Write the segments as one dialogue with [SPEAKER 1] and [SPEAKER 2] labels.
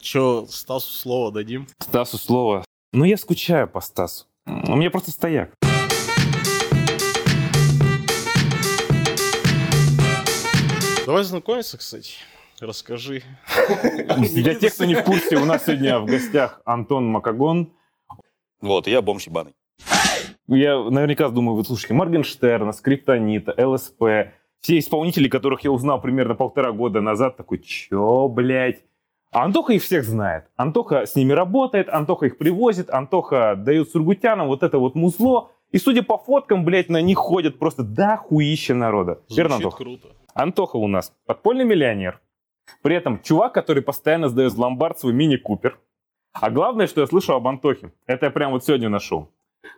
[SPEAKER 1] Че, Стасу слово дадим?
[SPEAKER 2] Стасу слово. Ну, я скучаю по Стасу. У меня просто стояк.
[SPEAKER 1] Давай знакомиться, кстати. Расскажи.
[SPEAKER 2] Для тех, кто не в курсе, у нас сегодня в гостях Антон Макагон.
[SPEAKER 3] Вот, я бомж ебаный.
[SPEAKER 2] Я наверняка думаю, вы слушаете Моргенштерна, Скриптонита, ЛСП. Все исполнители, которых я узнал примерно полтора года назад, такой, чё, блядь? А Антоха их всех знает. Антоха с ними работает, Антоха их привозит, Антоха дает сургутянам вот это вот музло. И судя по фоткам, блядь, на них ходят просто да хуища народа.
[SPEAKER 1] Звучит
[SPEAKER 2] Верно, Антоха?
[SPEAKER 1] круто.
[SPEAKER 2] Антоха у нас подпольный миллионер. При этом чувак, который постоянно сдает в ломбард свой мини-купер. А главное, что я слышал об Антохе, это я прям вот сегодня нашел.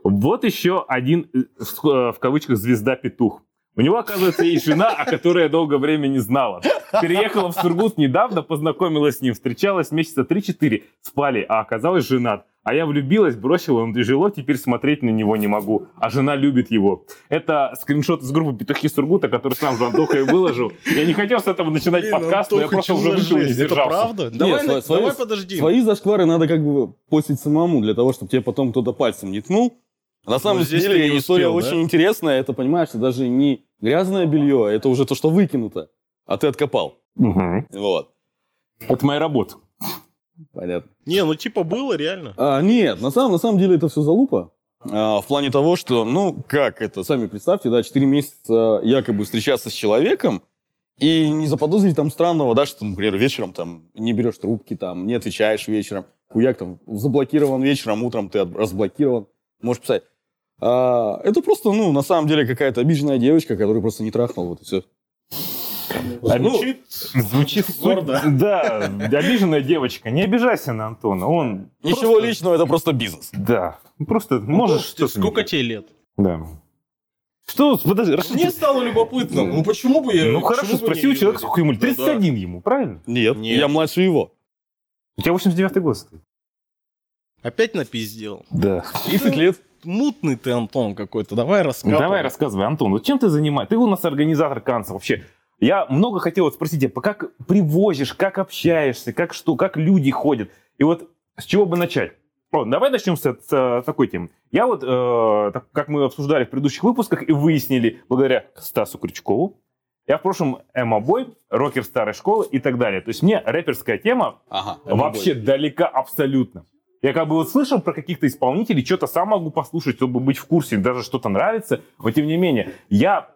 [SPEAKER 2] Вот еще один, э, в э, в кавычках, звезда-петух. У него, оказывается, есть жена, о которой я долгое время не знала. Переехала в Сургут недавно, познакомилась с ним, встречалась месяца 3-4, спали, а оказалось женат. А я влюбилась, бросила, он тяжело, теперь смотреть на него не могу. А жена любит его. Это скриншот из группы «Петухи Сургута», который сам же Антоха и выложил. Я не хотел с этого начинать
[SPEAKER 1] Блин,
[SPEAKER 2] подкаст, но я
[SPEAKER 1] Антоха,
[SPEAKER 2] просто
[SPEAKER 1] чё
[SPEAKER 2] уже
[SPEAKER 1] за
[SPEAKER 2] вышел и не
[SPEAKER 1] жесть? Это
[SPEAKER 2] сдержался.
[SPEAKER 1] правда? Давай
[SPEAKER 3] Нет,
[SPEAKER 1] на-
[SPEAKER 3] своё-
[SPEAKER 1] давай подожди.
[SPEAKER 3] Свои зашквары надо как бы...
[SPEAKER 4] постить самому для того, чтобы тебе потом кто-то пальцем не тнул. На самом
[SPEAKER 1] Ну, здесь ты
[SPEAKER 4] деле
[SPEAKER 1] не
[SPEAKER 4] история
[SPEAKER 1] успел, да?
[SPEAKER 4] очень интересная. Это, понимаешь, это даже не грязное белье, а это уже то, что выкинуто, а ты откопал.
[SPEAKER 2] Мгм.
[SPEAKER 4] Вот,
[SPEAKER 2] Это моя работа.
[SPEAKER 4] понятно.
[SPEAKER 1] Не, ну типа было реально.
[SPEAKER 4] А, нет, на самом, на самом деле это все залупа. А, в плане того, что, ну, как это, сами представьте, да, 4 месяца якобы встречаться с человеком, и не заподозрить там странного, да, что, например, вечером там не берешь трубки, там, не отвечаешь вечером, хуяк там заблокирован вечером, утром ты от- разблокирован, можешь писать. А, это просто, ну, на самом деле какая-то обиженная девочка, которую просто не трахнул, вот и все.
[SPEAKER 2] А, ну,
[SPEAKER 1] Звучит
[SPEAKER 2] Звучит
[SPEAKER 1] гордо.
[SPEAKER 2] Да, обиженная девочка. Не обижайся на Антона. Он
[SPEAKER 4] Ничего личного, это просто бизнес.
[SPEAKER 2] Да. Ну, Просто можешь что-то...
[SPEAKER 1] Сколько тебе лет?
[SPEAKER 2] Да. Что, подожди, Рашид,
[SPEAKER 4] Мне стало любопытно,
[SPEAKER 1] ну
[SPEAKER 4] почему бы
[SPEAKER 2] Ну хорошо,
[SPEAKER 1] почему бы
[SPEAKER 2] спроси
[SPEAKER 1] не
[SPEAKER 2] у человека,
[SPEAKER 1] верить?
[SPEAKER 2] сколько ему лет.
[SPEAKER 1] Ну да.
[SPEAKER 2] 31 ему, правильно?
[SPEAKER 4] Нет,
[SPEAKER 1] Нет.
[SPEAKER 4] я младше его.
[SPEAKER 2] У тебя 89 год стоит.
[SPEAKER 1] Опять напиздел.
[SPEAKER 2] Да.
[SPEAKER 4] 30 лет.
[SPEAKER 1] Мутный ты, Антон, какой-то. Давай Ну, рассказывай.
[SPEAKER 2] Давай рассказывай, Антон, вот чем ты занимаешься? Ты у нас организатор канца вообще. Я много хотел вот спросить тебя, как привозишь, как общаешься, как что, как люди ходят. И вот с чего бы начать? О, давай начнем с, с, э, такой темы. Я вот, э, так как мы обсуждали в предыдущих выпусках и выяснили, благодаря Стасу Крючкову, я в прошлом эмо-бой, рокер старой школы и так далее. То есть мне рэперская тема
[SPEAKER 4] Ага.
[SPEAKER 2] вообще далека абсолютно. Я как бы вот слышал про каких-то исполнителей, что-то сам могу послушать, чтобы быть в курсе, даже что-то нравится, но тем не менее, я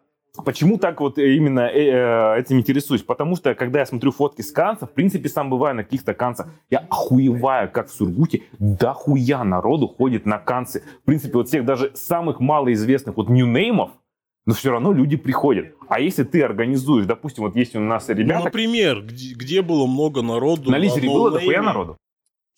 [SPEAKER 2] почему так вот э, именно э, э, этим интересуюсь? Потому что, когда я смотрю фотки с канцев, в принципе, сам бываю на каких-то канцах, я охуеваю, как в Сургуте, да хуя народу ходит на канцы. В принципе, вот всех даже самых малоизвестных вот ньюнеймов, но все равно люди приходят. А если ты организуешь, допустим, вот есть у нас
[SPEAKER 1] Ну,
[SPEAKER 2] ребята,
[SPEAKER 1] например, ну, где, где было много народу.
[SPEAKER 2] на лидере было
[SPEAKER 1] ноунейме?
[SPEAKER 2] дохуя народу?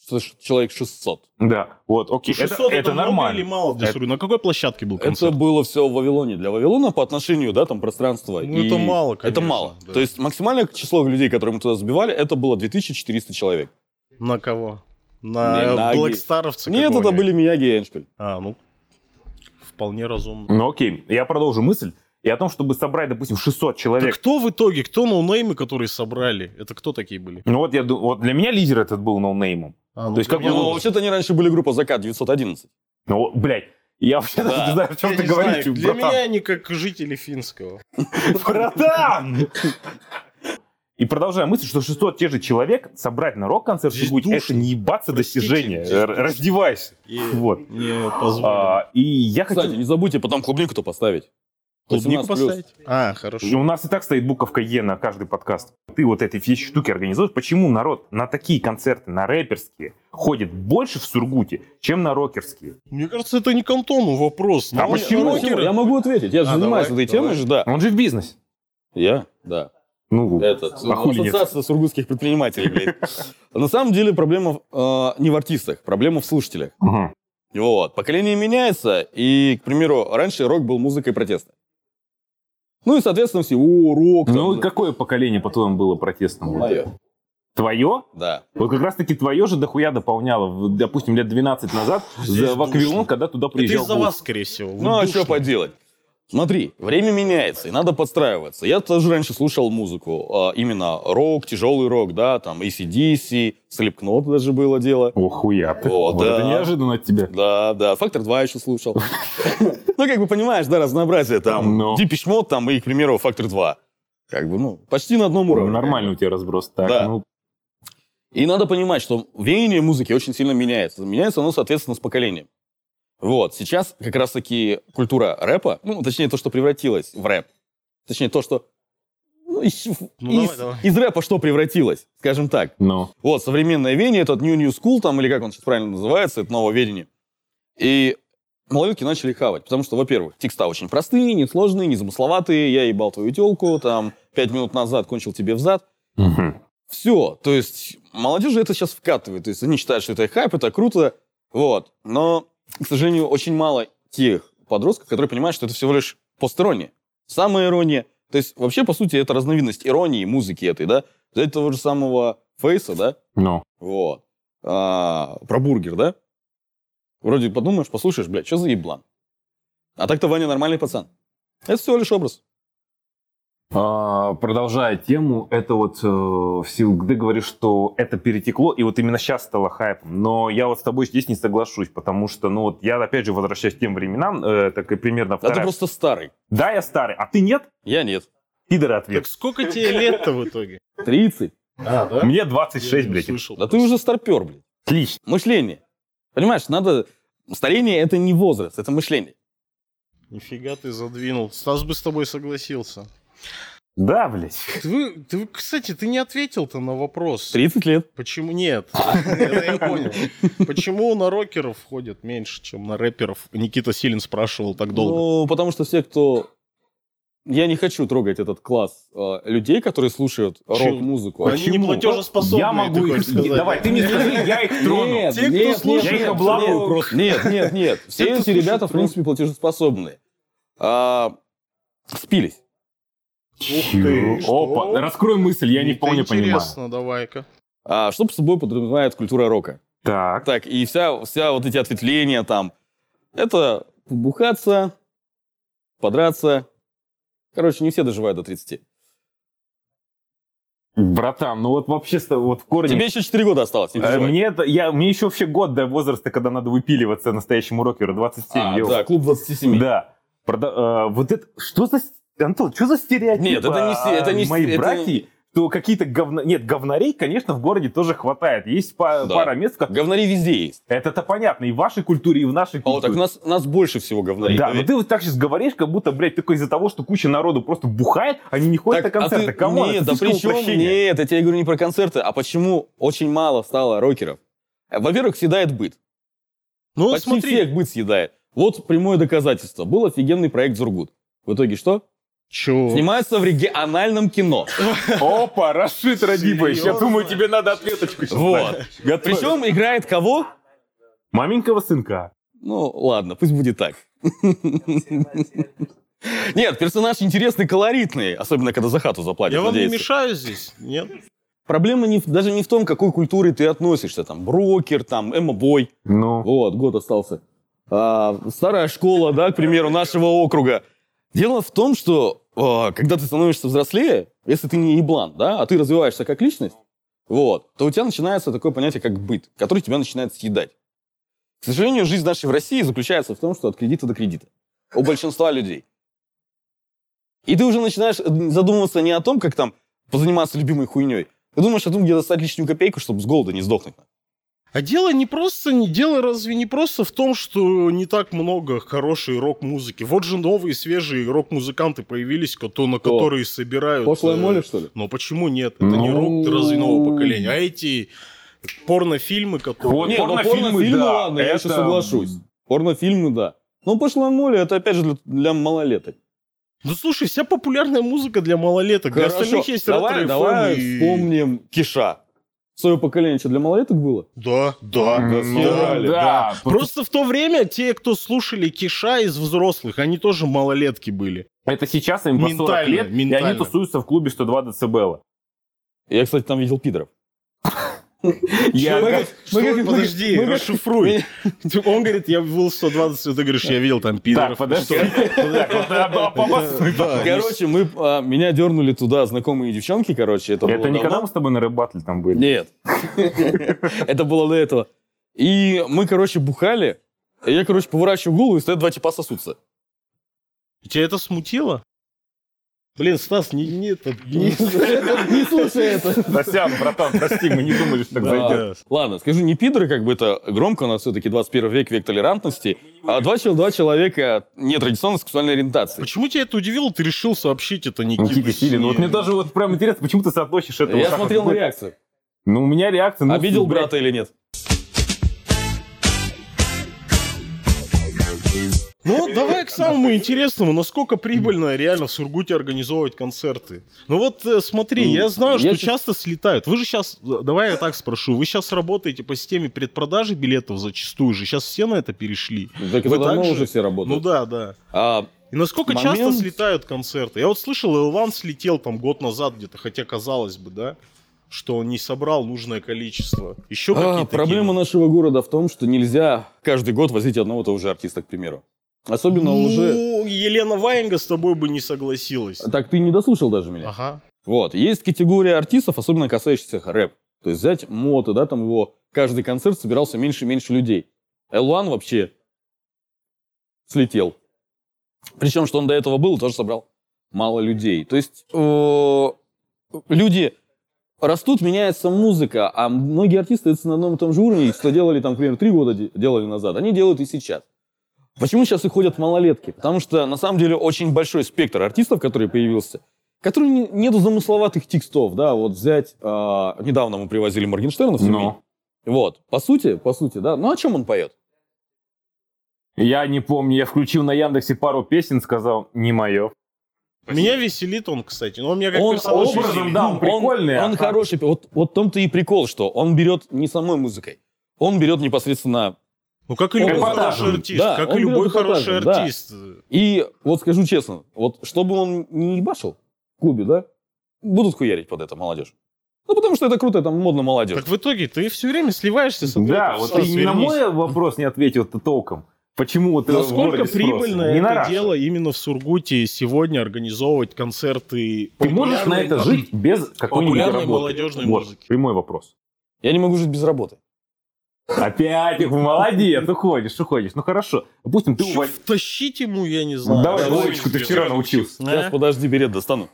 [SPEAKER 4] Что ж, Человек 600.
[SPEAKER 2] Да, вот, окей,
[SPEAKER 1] 600
[SPEAKER 2] это, это
[SPEAKER 1] Ну, много
[SPEAKER 2] нормально.
[SPEAKER 1] или мало для
[SPEAKER 2] Это-
[SPEAKER 1] Сургута? На какой площадке был
[SPEAKER 4] Это
[SPEAKER 1] концерт?
[SPEAKER 4] было все в Вавилоне. Для Вавилона по отношению, да, там пространство.
[SPEAKER 1] Ну, это мало, конечно,
[SPEAKER 4] Это мало.
[SPEAKER 1] да.
[SPEAKER 4] То есть максимальное число людей, которые мы туда сбивали, это было 2400 человек.
[SPEAKER 1] На кого? На,
[SPEAKER 4] Не, на
[SPEAKER 1] Black
[SPEAKER 4] Аги.
[SPEAKER 1] Star'овца
[SPEAKER 4] Нет, это
[SPEAKER 1] какого-нибудь?
[SPEAKER 4] были Мияги и Эйншпиль.
[SPEAKER 1] А, ну, вполне разумно.
[SPEAKER 2] Ну окей, я продолжу мысль. И о том, чтобы собрать, допустим, 600
[SPEAKER 1] Так
[SPEAKER 2] человек.
[SPEAKER 1] кто в итоге? Кто ноунеймы, которые собрали? Это кто такие были?
[SPEAKER 2] Ну вот, я, ду- вот для меня лидер этот был ноунеймом.
[SPEAKER 1] А, ну,
[SPEAKER 2] То есть
[SPEAKER 1] для
[SPEAKER 2] как
[SPEAKER 1] меня
[SPEAKER 2] бы,
[SPEAKER 4] Ну,
[SPEAKER 1] он-
[SPEAKER 4] вообще-то они раньше были группа Закат 911.
[SPEAKER 2] Ну, блядь, я вообще даже
[SPEAKER 4] Да.
[SPEAKER 2] не знаю, о чем
[SPEAKER 1] Я
[SPEAKER 2] ты
[SPEAKER 1] не
[SPEAKER 2] говоришь,
[SPEAKER 1] знаю, Для
[SPEAKER 2] братан.
[SPEAKER 1] меня они как жители финского.
[SPEAKER 2] Братан! И продолжая мысль, что 600 тех же человек собрать на рок-концерт
[SPEAKER 1] Здесь
[SPEAKER 2] будет, это
[SPEAKER 1] душно.
[SPEAKER 2] не ебаться
[SPEAKER 1] Простите,
[SPEAKER 2] достижение.
[SPEAKER 1] здесь
[SPEAKER 2] Р-
[SPEAKER 1] душно.
[SPEAKER 2] Раздевайся.
[SPEAKER 1] И
[SPEAKER 2] Вот.
[SPEAKER 1] не позволили.
[SPEAKER 2] А, и я хочу...
[SPEAKER 4] Кстати, не забудьте потом клубнику-то поставить.
[SPEAKER 1] Клубнику
[SPEAKER 4] 18 плюс.
[SPEAKER 1] поставить? А, хорошо.
[SPEAKER 2] У нас и так стоит буковка Е на каждый подкаст. Ты вот эти все штуки организуешь. Почему народ на такие концерты, на рэперские, ходит больше в Сургуте, чем на рокерские?
[SPEAKER 1] Мне кажется, это не к Антону вопрос.
[SPEAKER 2] А
[SPEAKER 1] Ну,
[SPEAKER 2] почему?
[SPEAKER 1] рокеры-
[SPEAKER 4] Почему? Я могу ответить. Я же
[SPEAKER 1] А,
[SPEAKER 4] занимаюсь
[SPEAKER 1] давай,
[SPEAKER 4] этой темой
[SPEAKER 1] давай.
[SPEAKER 4] же, да.
[SPEAKER 2] Он же в бизнесе.
[SPEAKER 4] Я? Да.
[SPEAKER 2] Ну,
[SPEAKER 4] Этот,
[SPEAKER 2] а хули нет?
[SPEAKER 4] ассоциация сургутских предпринимателей, блядь. На самом деле проблема э, не в артистах, проблема в слушателях.
[SPEAKER 2] Мгм.
[SPEAKER 4] Вот. Поколение меняется, и, к примеру, раньше рок был музыкой протеста. Ну и, соответственно, все, о, рок. там,
[SPEAKER 2] Ну, какое поколение, по-твоему, было протестным?
[SPEAKER 4] Мое.
[SPEAKER 2] Твое?
[SPEAKER 4] Да.
[SPEAKER 2] Вот как раз-таки твое же дохуя дополняло, в- допустим, лет 12 назад
[SPEAKER 1] Здесь
[SPEAKER 2] за в Аквилон,
[SPEAKER 1] душно.
[SPEAKER 2] когда туда
[SPEAKER 1] Это
[SPEAKER 2] приезжал
[SPEAKER 1] из-за
[SPEAKER 2] Гуф.
[SPEAKER 1] вас, скорее всего. Вы
[SPEAKER 4] Ну, а что
[SPEAKER 1] душные.
[SPEAKER 4] поделать? Смотри, время меняется, и надо подстраиваться. Я тоже раньше слушал музыку, а, именно рок, тяжелый рок, да, там ACDC, Slipknot даже было дело.
[SPEAKER 2] О, хуя ты.
[SPEAKER 4] О,
[SPEAKER 2] Вот
[SPEAKER 4] да.
[SPEAKER 2] это неожиданно от тебя.
[SPEAKER 4] Да, да, Фактор 2 еще слушал. Ну, как бы понимаешь, да, разнообразие
[SPEAKER 2] Ну.
[SPEAKER 4] там. Deepish Mode там и, к примеру, Фактор 2. Как бы, ну, почти на одном уровне.
[SPEAKER 2] Нормально у тебя разброс. Так,
[SPEAKER 4] Да.
[SPEAKER 2] ну,
[SPEAKER 4] И надо понимать, что веяние музыки очень сильно меняется. Меняется оно, соответственно, с поколением. Вот, сейчас как раз-таки культура рэпа, ну, точнее, то, что превратилось в рэп. Точнее, то, что... ну, из,
[SPEAKER 1] Ну, давай,
[SPEAKER 4] из-
[SPEAKER 1] давай.
[SPEAKER 4] из рэпа что превратилось, скажем так.
[SPEAKER 2] ну.
[SPEAKER 4] Вот, современное веяние, этот New New School, там, или как он сейчас правильно называется, это новое веяние. И малолетки начали хавать, потому что, во-первых, текста очень простые, несложные, незамысловатые, я ебал твою телку, там, пять минут назад кончил тебе взад.
[SPEAKER 2] Мгм.
[SPEAKER 4] Все, то есть молодежь это сейчас вкатывает, то есть они считают, что это хайп, это круто, вот. Но, к сожалению, очень мало тех подростков, которые понимают, что это всего лишь постерония, самая ирония. То есть вообще, по сути, это разновидность иронии музыки этой, да? Взять того же самого Фейса, да?
[SPEAKER 2] Ну.
[SPEAKER 4] Вот. А, про бургер, да? Вроде подумаешь, послушаешь, блядь, что за еблан? А так-то Ваня нормальный пацан. Это всего лишь образ.
[SPEAKER 2] А, Продолжая тему, это вот э, в силу, ты говоришь, что это перетекло, и вот именно сейчас стало хайпом. Но я вот с тобой здесь не соглашусь, потому что, ну вот, я опять же возвращаюсь к тем временам, э, так и примерно
[SPEAKER 4] А ты
[SPEAKER 2] вторая-
[SPEAKER 4] просто старый.
[SPEAKER 2] Да, я старый, а ты нет?
[SPEAKER 4] Я нет.
[SPEAKER 2] Пидоры ответ.
[SPEAKER 1] Так сколько тебе лет-то в итоге?
[SPEAKER 4] 30.
[SPEAKER 1] А, да?
[SPEAKER 2] Мне 26, блядь.
[SPEAKER 4] Да ты уже старпер, блядь.
[SPEAKER 2] Отлично.
[SPEAKER 4] Мышление. Понимаешь, надо... Старение — это не возраст, это мышление.
[SPEAKER 1] Нифига ты задвинул. Стас бы с тобой согласился.
[SPEAKER 2] Да, блядь.
[SPEAKER 1] Ты, ты, кстати, ты не ответил-то на вопрос.
[SPEAKER 4] 30 лет.
[SPEAKER 1] Почему нет?
[SPEAKER 2] А.
[SPEAKER 1] Это я понял. Почему на рокеров ходят меньше, чем на рэперов? Никита Силин спрашивал так долго.
[SPEAKER 4] Ну, потому что все, кто... Я не хочу трогать этот класс э, людей, которые слушают рок-музыку.
[SPEAKER 1] Они не
[SPEAKER 2] почему?
[SPEAKER 1] платежеспособны.
[SPEAKER 2] Я могу их... Давай, ты мне скажи, я их трону.
[SPEAKER 4] Нет,
[SPEAKER 1] Те, кто
[SPEAKER 4] нет,
[SPEAKER 1] слушает,
[SPEAKER 4] нет,
[SPEAKER 2] я их
[SPEAKER 4] нет,
[SPEAKER 2] обламываю
[SPEAKER 4] нет,
[SPEAKER 2] просто.
[SPEAKER 4] Нет, нет, нет.
[SPEAKER 1] Те,
[SPEAKER 4] Все
[SPEAKER 1] кто
[SPEAKER 4] эти
[SPEAKER 1] слушает
[SPEAKER 4] ребята, в
[SPEAKER 1] рок.
[SPEAKER 4] принципе, платежеспособные. А, спились.
[SPEAKER 1] ты, что?
[SPEAKER 2] Опа, раскрой мысль, я не
[SPEAKER 1] Это
[SPEAKER 2] вполне понимаю.
[SPEAKER 1] Интересно, давай-ка.
[SPEAKER 4] А что под собой подразумевает культура рока?
[SPEAKER 2] Так,
[SPEAKER 4] Так, и вся, вся вот эти ответвления там. Это бухаться, подраться. Короче, не все доживают до 30.
[SPEAKER 2] братан, ну вот вообще с- вот в корне...
[SPEAKER 4] Тебе еще 4 года осталось. не
[SPEAKER 2] Э,
[SPEAKER 4] переживай.
[SPEAKER 2] Мне, это, я, мне еще вообще год до возраста, когда надо выпиливаться настоящему рокеру, 27.
[SPEAKER 4] А,
[SPEAKER 2] ёлка.
[SPEAKER 4] да, клуб 27.
[SPEAKER 2] Да. Прода- э, вот это... Что за... с- Антон, что за стереотип? а,
[SPEAKER 4] Нет, это не сте- это не
[SPEAKER 2] Мои
[SPEAKER 4] сте- это-
[SPEAKER 2] братья, то какие-то говно... Нет, говнорей, конечно, в городе тоже хватает. Есть па-
[SPEAKER 4] Да.
[SPEAKER 2] пара мест, в которых-
[SPEAKER 4] Говнари везде есть.
[SPEAKER 2] Это-то понятно, и в вашей культуре, и в нашей
[SPEAKER 4] А вот
[SPEAKER 2] культуре.
[SPEAKER 4] так нас, нас больше всего говнари.
[SPEAKER 2] Да, ну но
[SPEAKER 4] поверь.
[SPEAKER 2] ты вот так сейчас говоришь, как будто, блядь, только из-за того, что куча народу просто бухает, они не ходят
[SPEAKER 4] Так,
[SPEAKER 2] на
[SPEAKER 4] а ты-
[SPEAKER 2] концерты. Камон,
[SPEAKER 4] Нет,
[SPEAKER 2] это
[SPEAKER 4] да
[SPEAKER 2] слишком
[SPEAKER 4] при чем?
[SPEAKER 2] упрощение.
[SPEAKER 4] Нет, я тебе говорю не про концерты, а почему очень мало стало рокеров. Э, Во-первых, съедает быт.
[SPEAKER 1] Ну,
[SPEAKER 4] Почти
[SPEAKER 1] смотри.
[SPEAKER 4] всех быт съедает. Вот прямое доказательство. Был офигенный проект «Зургут». В итоге что?
[SPEAKER 1] Чё?
[SPEAKER 4] Снимается в региональном кино.
[SPEAKER 2] Опа, Рашид Радибович, я
[SPEAKER 1] Серьезно?
[SPEAKER 2] думаю, тебе надо ответочку сейчас
[SPEAKER 4] Вот.
[SPEAKER 2] дать.
[SPEAKER 4] Причем играет кого?
[SPEAKER 2] Маменького сынка.
[SPEAKER 4] Ну, ладно, пусть будет так. Нет, персонаж интересный, колоритный, особенно когда за хату заплатят.
[SPEAKER 1] Я вам не
[SPEAKER 4] надеется.
[SPEAKER 1] мешаю здесь? Нет?
[SPEAKER 4] Проблема не в- даже не в том, к какой культуре ты относишься, там, брокер, там, эмобой.
[SPEAKER 2] Ну,
[SPEAKER 4] Вот, год остался. А, старая школа, да, к примеру, нашего округа. Дело в том, что а, когда ты становишься взрослее, если ты не еблан, да, а ты развиваешься как личность, вот, то у тебя начинается такое понятие, как быт, который тебя начинает съедать. К сожалению, жизнь наша в России заключается в том, что от кредита до кредита. У большинства людей. И ты уже начинаешь э, задумываться не о том, как там позаниматься любимой хуйней. Ты думаешь о том, где достать лишнюю копейку, чтобы с голода не сдохнуть.
[SPEAKER 1] А дело не просто, не дело разве не просто в том, что не так много хорошей рок-музыки. Вот же новые свежие рок-музыканты появились, кото- на которые собирают. э,
[SPEAKER 4] что ли?
[SPEAKER 1] Но почему нет? Это не
[SPEAKER 2] Ну.
[SPEAKER 1] рок разве нового поколения, а эти порнофильмы, которые.
[SPEAKER 2] Вот
[SPEAKER 4] Не, ну,
[SPEAKER 2] порнофильмы,
[SPEAKER 4] порнофильмы,
[SPEAKER 2] да,
[SPEAKER 4] ладно, я еще
[SPEAKER 2] это-
[SPEAKER 4] соглашусь. Порнофильмы, да. Но пошлая моли, это опять же для, для малолеток.
[SPEAKER 1] Ну слушай, вся популярная музыка для малолеток. Для остальных есть
[SPEAKER 4] давай,
[SPEAKER 1] ретро-FM
[SPEAKER 4] давай
[SPEAKER 1] и-
[SPEAKER 4] вспомним Киша. Свое поколение что, для малолеток было?
[SPEAKER 1] Да, да,
[SPEAKER 2] Ну,
[SPEAKER 1] да,
[SPEAKER 4] съели,
[SPEAKER 1] да.
[SPEAKER 2] да.
[SPEAKER 1] Просто в то время те, кто слушали Киша из взрослых, они тоже малолетки были.
[SPEAKER 2] это сейчас им по 40
[SPEAKER 1] Ментально,
[SPEAKER 2] лет, и они
[SPEAKER 1] ментально.
[SPEAKER 2] тусуются в клубе 102 децибела.
[SPEAKER 4] Я, кстати, там видел пидоров.
[SPEAKER 1] Я
[SPEAKER 4] Мы
[SPEAKER 1] говорю,
[SPEAKER 4] как-
[SPEAKER 1] что-
[SPEAKER 3] мы как-
[SPEAKER 1] подожди,
[SPEAKER 3] мы как-
[SPEAKER 1] расшифруй. Он говорит, я был 120, а ты говоришь, я видел там
[SPEAKER 2] Так,
[SPEAKER 1] пидоров.
[SPEAKER 2] подожди. Ну, Так, вот, да, да, побас-
[SPEAKER 4] Короче, мы, а, меня дернули туда знакомые девчонки, короче. Это,
[SPEAKER 2] Это
[SPEAKER 4] было
[SPEAKER 2] никогда
[SPEAKER 4] давно.
[SPEAKER 2] мы с тобой на рыбатле там были?
[SPEAKER 4] Нет. Это было до этого. И мы, короче, бухали. И Я, короче, поворачиваю голову, и стоят два типа сосутся.
[SPEAKER 1] Тебя это смутило? Блин, Стас, не, не, это-
[SPEAKER 3] Не
[SPEAKER 1] не-
[SPEAKER 3] не слушай это.
[SPEAKER 2] Сосян, братан, прости, мы не думали, что так зайдет.
[SPEAKER 1] Да.
[SPEAKER 4] Ладно, скажу, не пидоры, как бы это громко, у нас все-таки 21 век, век толерантности. А два, чел- два человека нетрадиционной сексуальной ориентации.
[SPEAKER 1] Почему тебя это удивило? Ты решил сообщить это Никите
[SPEAKER 2] Никита
[SPEAKER 4] Ну,
[SPEAKER 2] Силин, вот мне даже вот прям интересно, почему ты соотносишь это вот
[SPEAKER 4] Я
[SPEAKER 2] так вот?
[SPEAKER 4] смотрел на реакцию.
[SPEAKER 2] Ну, у меня реакция... ну,
[SPEAKER 4] Обидел
[SPEAKER 2] блядь,
[SPEAKER 4] брата или нет?
[SPEAKER 1] Ну, давай к самому интересному. Насколько прибыльно реально в Сургуте организовывать концерты? Ну вот э, смотри,
[SPEAKER 4] Ну,
[SPEAKER 1] я знаю,
[SPEAKER 4] я
[SPEAKER 1] что
[SPEAKER 4] щас-
[SPEAKER 1] часто слетают. Вы же сейчас, давай я так спрошу, вы сейчас работаете по системе предпродажи билетов зачастую же. Сейчас все на это перешли.
[SPEAKER 4] Так
[SPEAKER 1] Вы
[SPEAKER 4] это давно
[SPEAKER 1] так же?
[SPEAKER 4] уже все
[SPEAKER 1] Ну
[SPEAKER 4] работают.
[SPEAKER 1] да, да.
[SPEAKER 4] А,
[SPEAKER 1] И насколько
[SPEAKER 4] Момент-
[SPEAKER 1] часто слетают концерты? Я вот слышал, Элван слетел там год назад где-то, хотя казалось бы, да, что он не собрал нужное количество. Еще
[SPEAKER 4] А,
[SPEAKER 1] какие-то
[SPEAKER 4] проблема
[SPEAKER 1] кино?
[SPEAKER 4] нашего города в том, что нельзя каждый год возить одного и того же артиста, к примеру. Особенно
[SPEAKER 1] ну,
[SPEAKER 4] уже...
[SPEAKER 1] Елена Ваенга с тобой бы не согласилась.
[SPEAKER 4] Так ты не дослушал даже меня.
[SPEAKER 1] Ага.
[SPEAKER 4] Вот. Есть категория артистов, особенно касающихся рэп. То есть взять моты, да, там его каждый концерт собирался меньше и меньше людей. Элван вообще слетел. Причем, что он до этого был, тоже собрал мало людей. То есть э, люди растут, меняется музыка, а многие артисты остаются на одном и том же уровне, что делали там, к примеру, три года де- делали назад, они делают и сейчас. Почему сейчас и ходят малолетки? Потому что, на самом деле, очень большой спектр артистов, который появился, который не- нету замысловатых текстов, да, вот взять, а, недавно мы привозили Моргенштерна в Тюмень.
[SPEAKER 2] Ну,
[SPEAKER 4] Вот, по сути, по сути, да, ну о чем он поет?
[SPEAKER 2] я не помню, я включил на Яндексе пару песен, сказал, не мое.
[SPEAKER 1] Меня веселит он, кстати. Но он меня как
[SPEAKER 4] Он
[SPEAKER 1] персонаж
[SPEAKER 2] образом,
[SPEAKER 1] веселит.
[SPEAKER 2] да, он прикольный,
[SPEAKER 4] ну, Он,
[SPEAKER 2] а-
[SPEAKER 4] хороший, пи- вот, вот в том-то и прикол, что он берет не самой музыкой, он берет непосредственно
[SPEAKER 1] Ну, как и
[SPEAKER 4] Он
[SPEAKER 1] любой
[SPEAKER 2] эпатажен.
[SPEAKER 1] хороший артист.
[SPEAKER 4] Да,
[SPEAKER 1] как
[SPEAKER 4] он
[SPEAKER 1] и любой
[SPEAKER 4] берет эпатажен,
[SPEAKER 1] хороший
[SPEAKER 4] да.
[SPEAKER 1] артист.
[SPEAKER 4] И вот скажу честно, вот чтобы он не ебашил в клубе, да, будут хуярить под это молодежь. Ну, потому что это круто, это модно молодежь.
[SPEAKER 1] Так в итоге ты все время сливаешься с ответом.
[SPEAKER 2] Да, вот
[SPEAKER 1] Стас,
[SPEAKER 2] ты не на
[SPEAKER 1] вернись.
[SPEAKER 2] мой вопрос не ответил-то толком. Почему вот э, в
[SPEAKER 1] Насколько
[SPEAKER 2] городе спрос?
[SPEAKER 1] Ну, прибыльно
[SPEAKER 2] Не
[SPEAKER 1] это
[SPEAKER 2] наращивает.
[SPEAKER 1] дело именно в Сургуте сегодня организовывать концерты?
[SPEAKER 2] Ты можешь на
[SPEAKER 1] популярной-
[SPEAKER 2] это жить без какой-нибудь
[SPEAKER 1] популярной
[SPEAKER 2] работы?
[SPEAKER 1] молодежной
[SPEAKER 2] Вот,
[SPEAKER 1] музыки.
[SPEAKER 2] прямой вопрос.
[SPEAKER 4] Я не могу жить без работы.
[SPEAKER 2] Опять, молодец, уходишь, уходишь. Ну хорошо, допустим, ты
[SPEAKER 1] Чё,
[SPEAKER 2] уволил.
[SPEAKER 1] Втащить ему, я не знаю.
[SPEAKER 2] Давай,
[SPEAKER 1] Да,
[SPEAKER 2] Вовочку, ты
[SPEAKER 1] да.
[SPEAKER 2] вчера научился.
[SPEAKER 1] Да?
[SPEAKER 4] Сейчас, подожди, берет достану.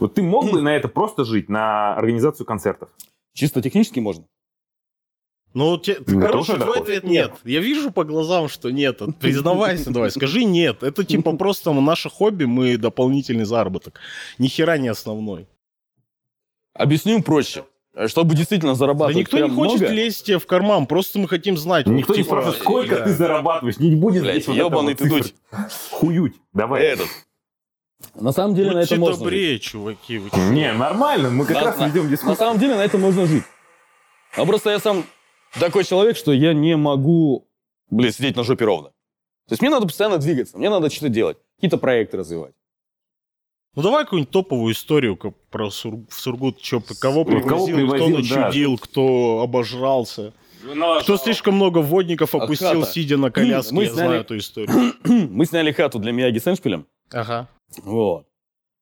[SPEAKER 2] Вот ты мог бы на это просто жить, на организацию концертов?
[SPEAKER 4] Чисто технически можно.
[SPEAKER 1] Ну, те-
[SPEAKER 2] Ну,
[SPEAKER 1] короче,
[SPEAKER 2] тоже
[SPEAKER 1] твой
[SPEAKER 2] такой.
[SPEAKER 1] ответ нет. Я вижу по глазам, что нет. Вот Признавайся давай, скажи нет. Это типа просто наше хобби, мы дополнительный заработок. Ни хера не основной.
[SPEAKER 4] Объясню проще. Чтобы действительно
[SPEAKER 1] Да
[SPEAKER 4] зарабатывать
[SPEAKER 1] никто не
[SPEAKER 4] прям
[SPEAKER 1] хочет
[SPEAKER 4] много-
[SPEAKER 1] лезть тебе в карман, просто мы хотим знать.
[SPEAKER 2] Никто не
[SPEAKER 1] Типа,
[SPEAKER 2] спрашивает, сколько
[SPEAKER 1] да.
[SPEAKER 2] ты зарабатываешь, не будет
[SPEAKER 4] Блядь,
[SPEAKER 2] здесь вот
[SPEAKER 4] ёбаный
[SPEAKER 2] этого
[SPEAKER 4] ты
[SPEAKER 2] цифры. Хують, давай.
[SPEAKER 1] Э.
[SPEAKER 4] Этот. На самом деле на
[SPEAKER 1] Будьте
[SPEAKER 4] это можно жить.
[SPEAKER 1] добрее, чуваки. вы чё?
[SPEAKER 2] Не, нормально, мы Ну, как
[SPEAKER 4] На-
[SPEAKER 2] раз
[SPEAKER 4] на-
[SPEAKER 2] ведем
[SPEAKER 4] На
[SPEAKER 2] дискуссию.
[SPEAKER 4] самом деле на это можно жить. А просто я сам такой человек, что я не могу, блин, сидеть на жопе ровно. То есть мне надо постоянно двигаться, мне надо что-то делать, какие-то проекты развивать.
[SPEAKER 1] Ну давай какую-нибудь топовую историю ка- про Сур- в Сургут, чё, кого
[SPEAKER 2] Вот
[SPEAKER 1] привозил,
[SPEAKER 2] кого
[SPEAKER 1] кто
[SPEAKER 2] привозил, да.
[SPEAKER 1] начудил, кто обожрался, кто слишком много водников
[SPEAKER 4] От
[SPEAKER 1] опустил,
[SPEAKER 4] хата.
[SPEAKER 1] сидя на коляске.
[SPEAKER 4] Мы
[SPEAKER 1] я
[SPEAKER 4] сняли-
[SPEAKER 1] знаю эту историю.
[SPEAKER 4] Мы сняли хату для Мияги с Эншпилем.
[SPEAKER 1] Ага.
[SPEAKER 4] Вот.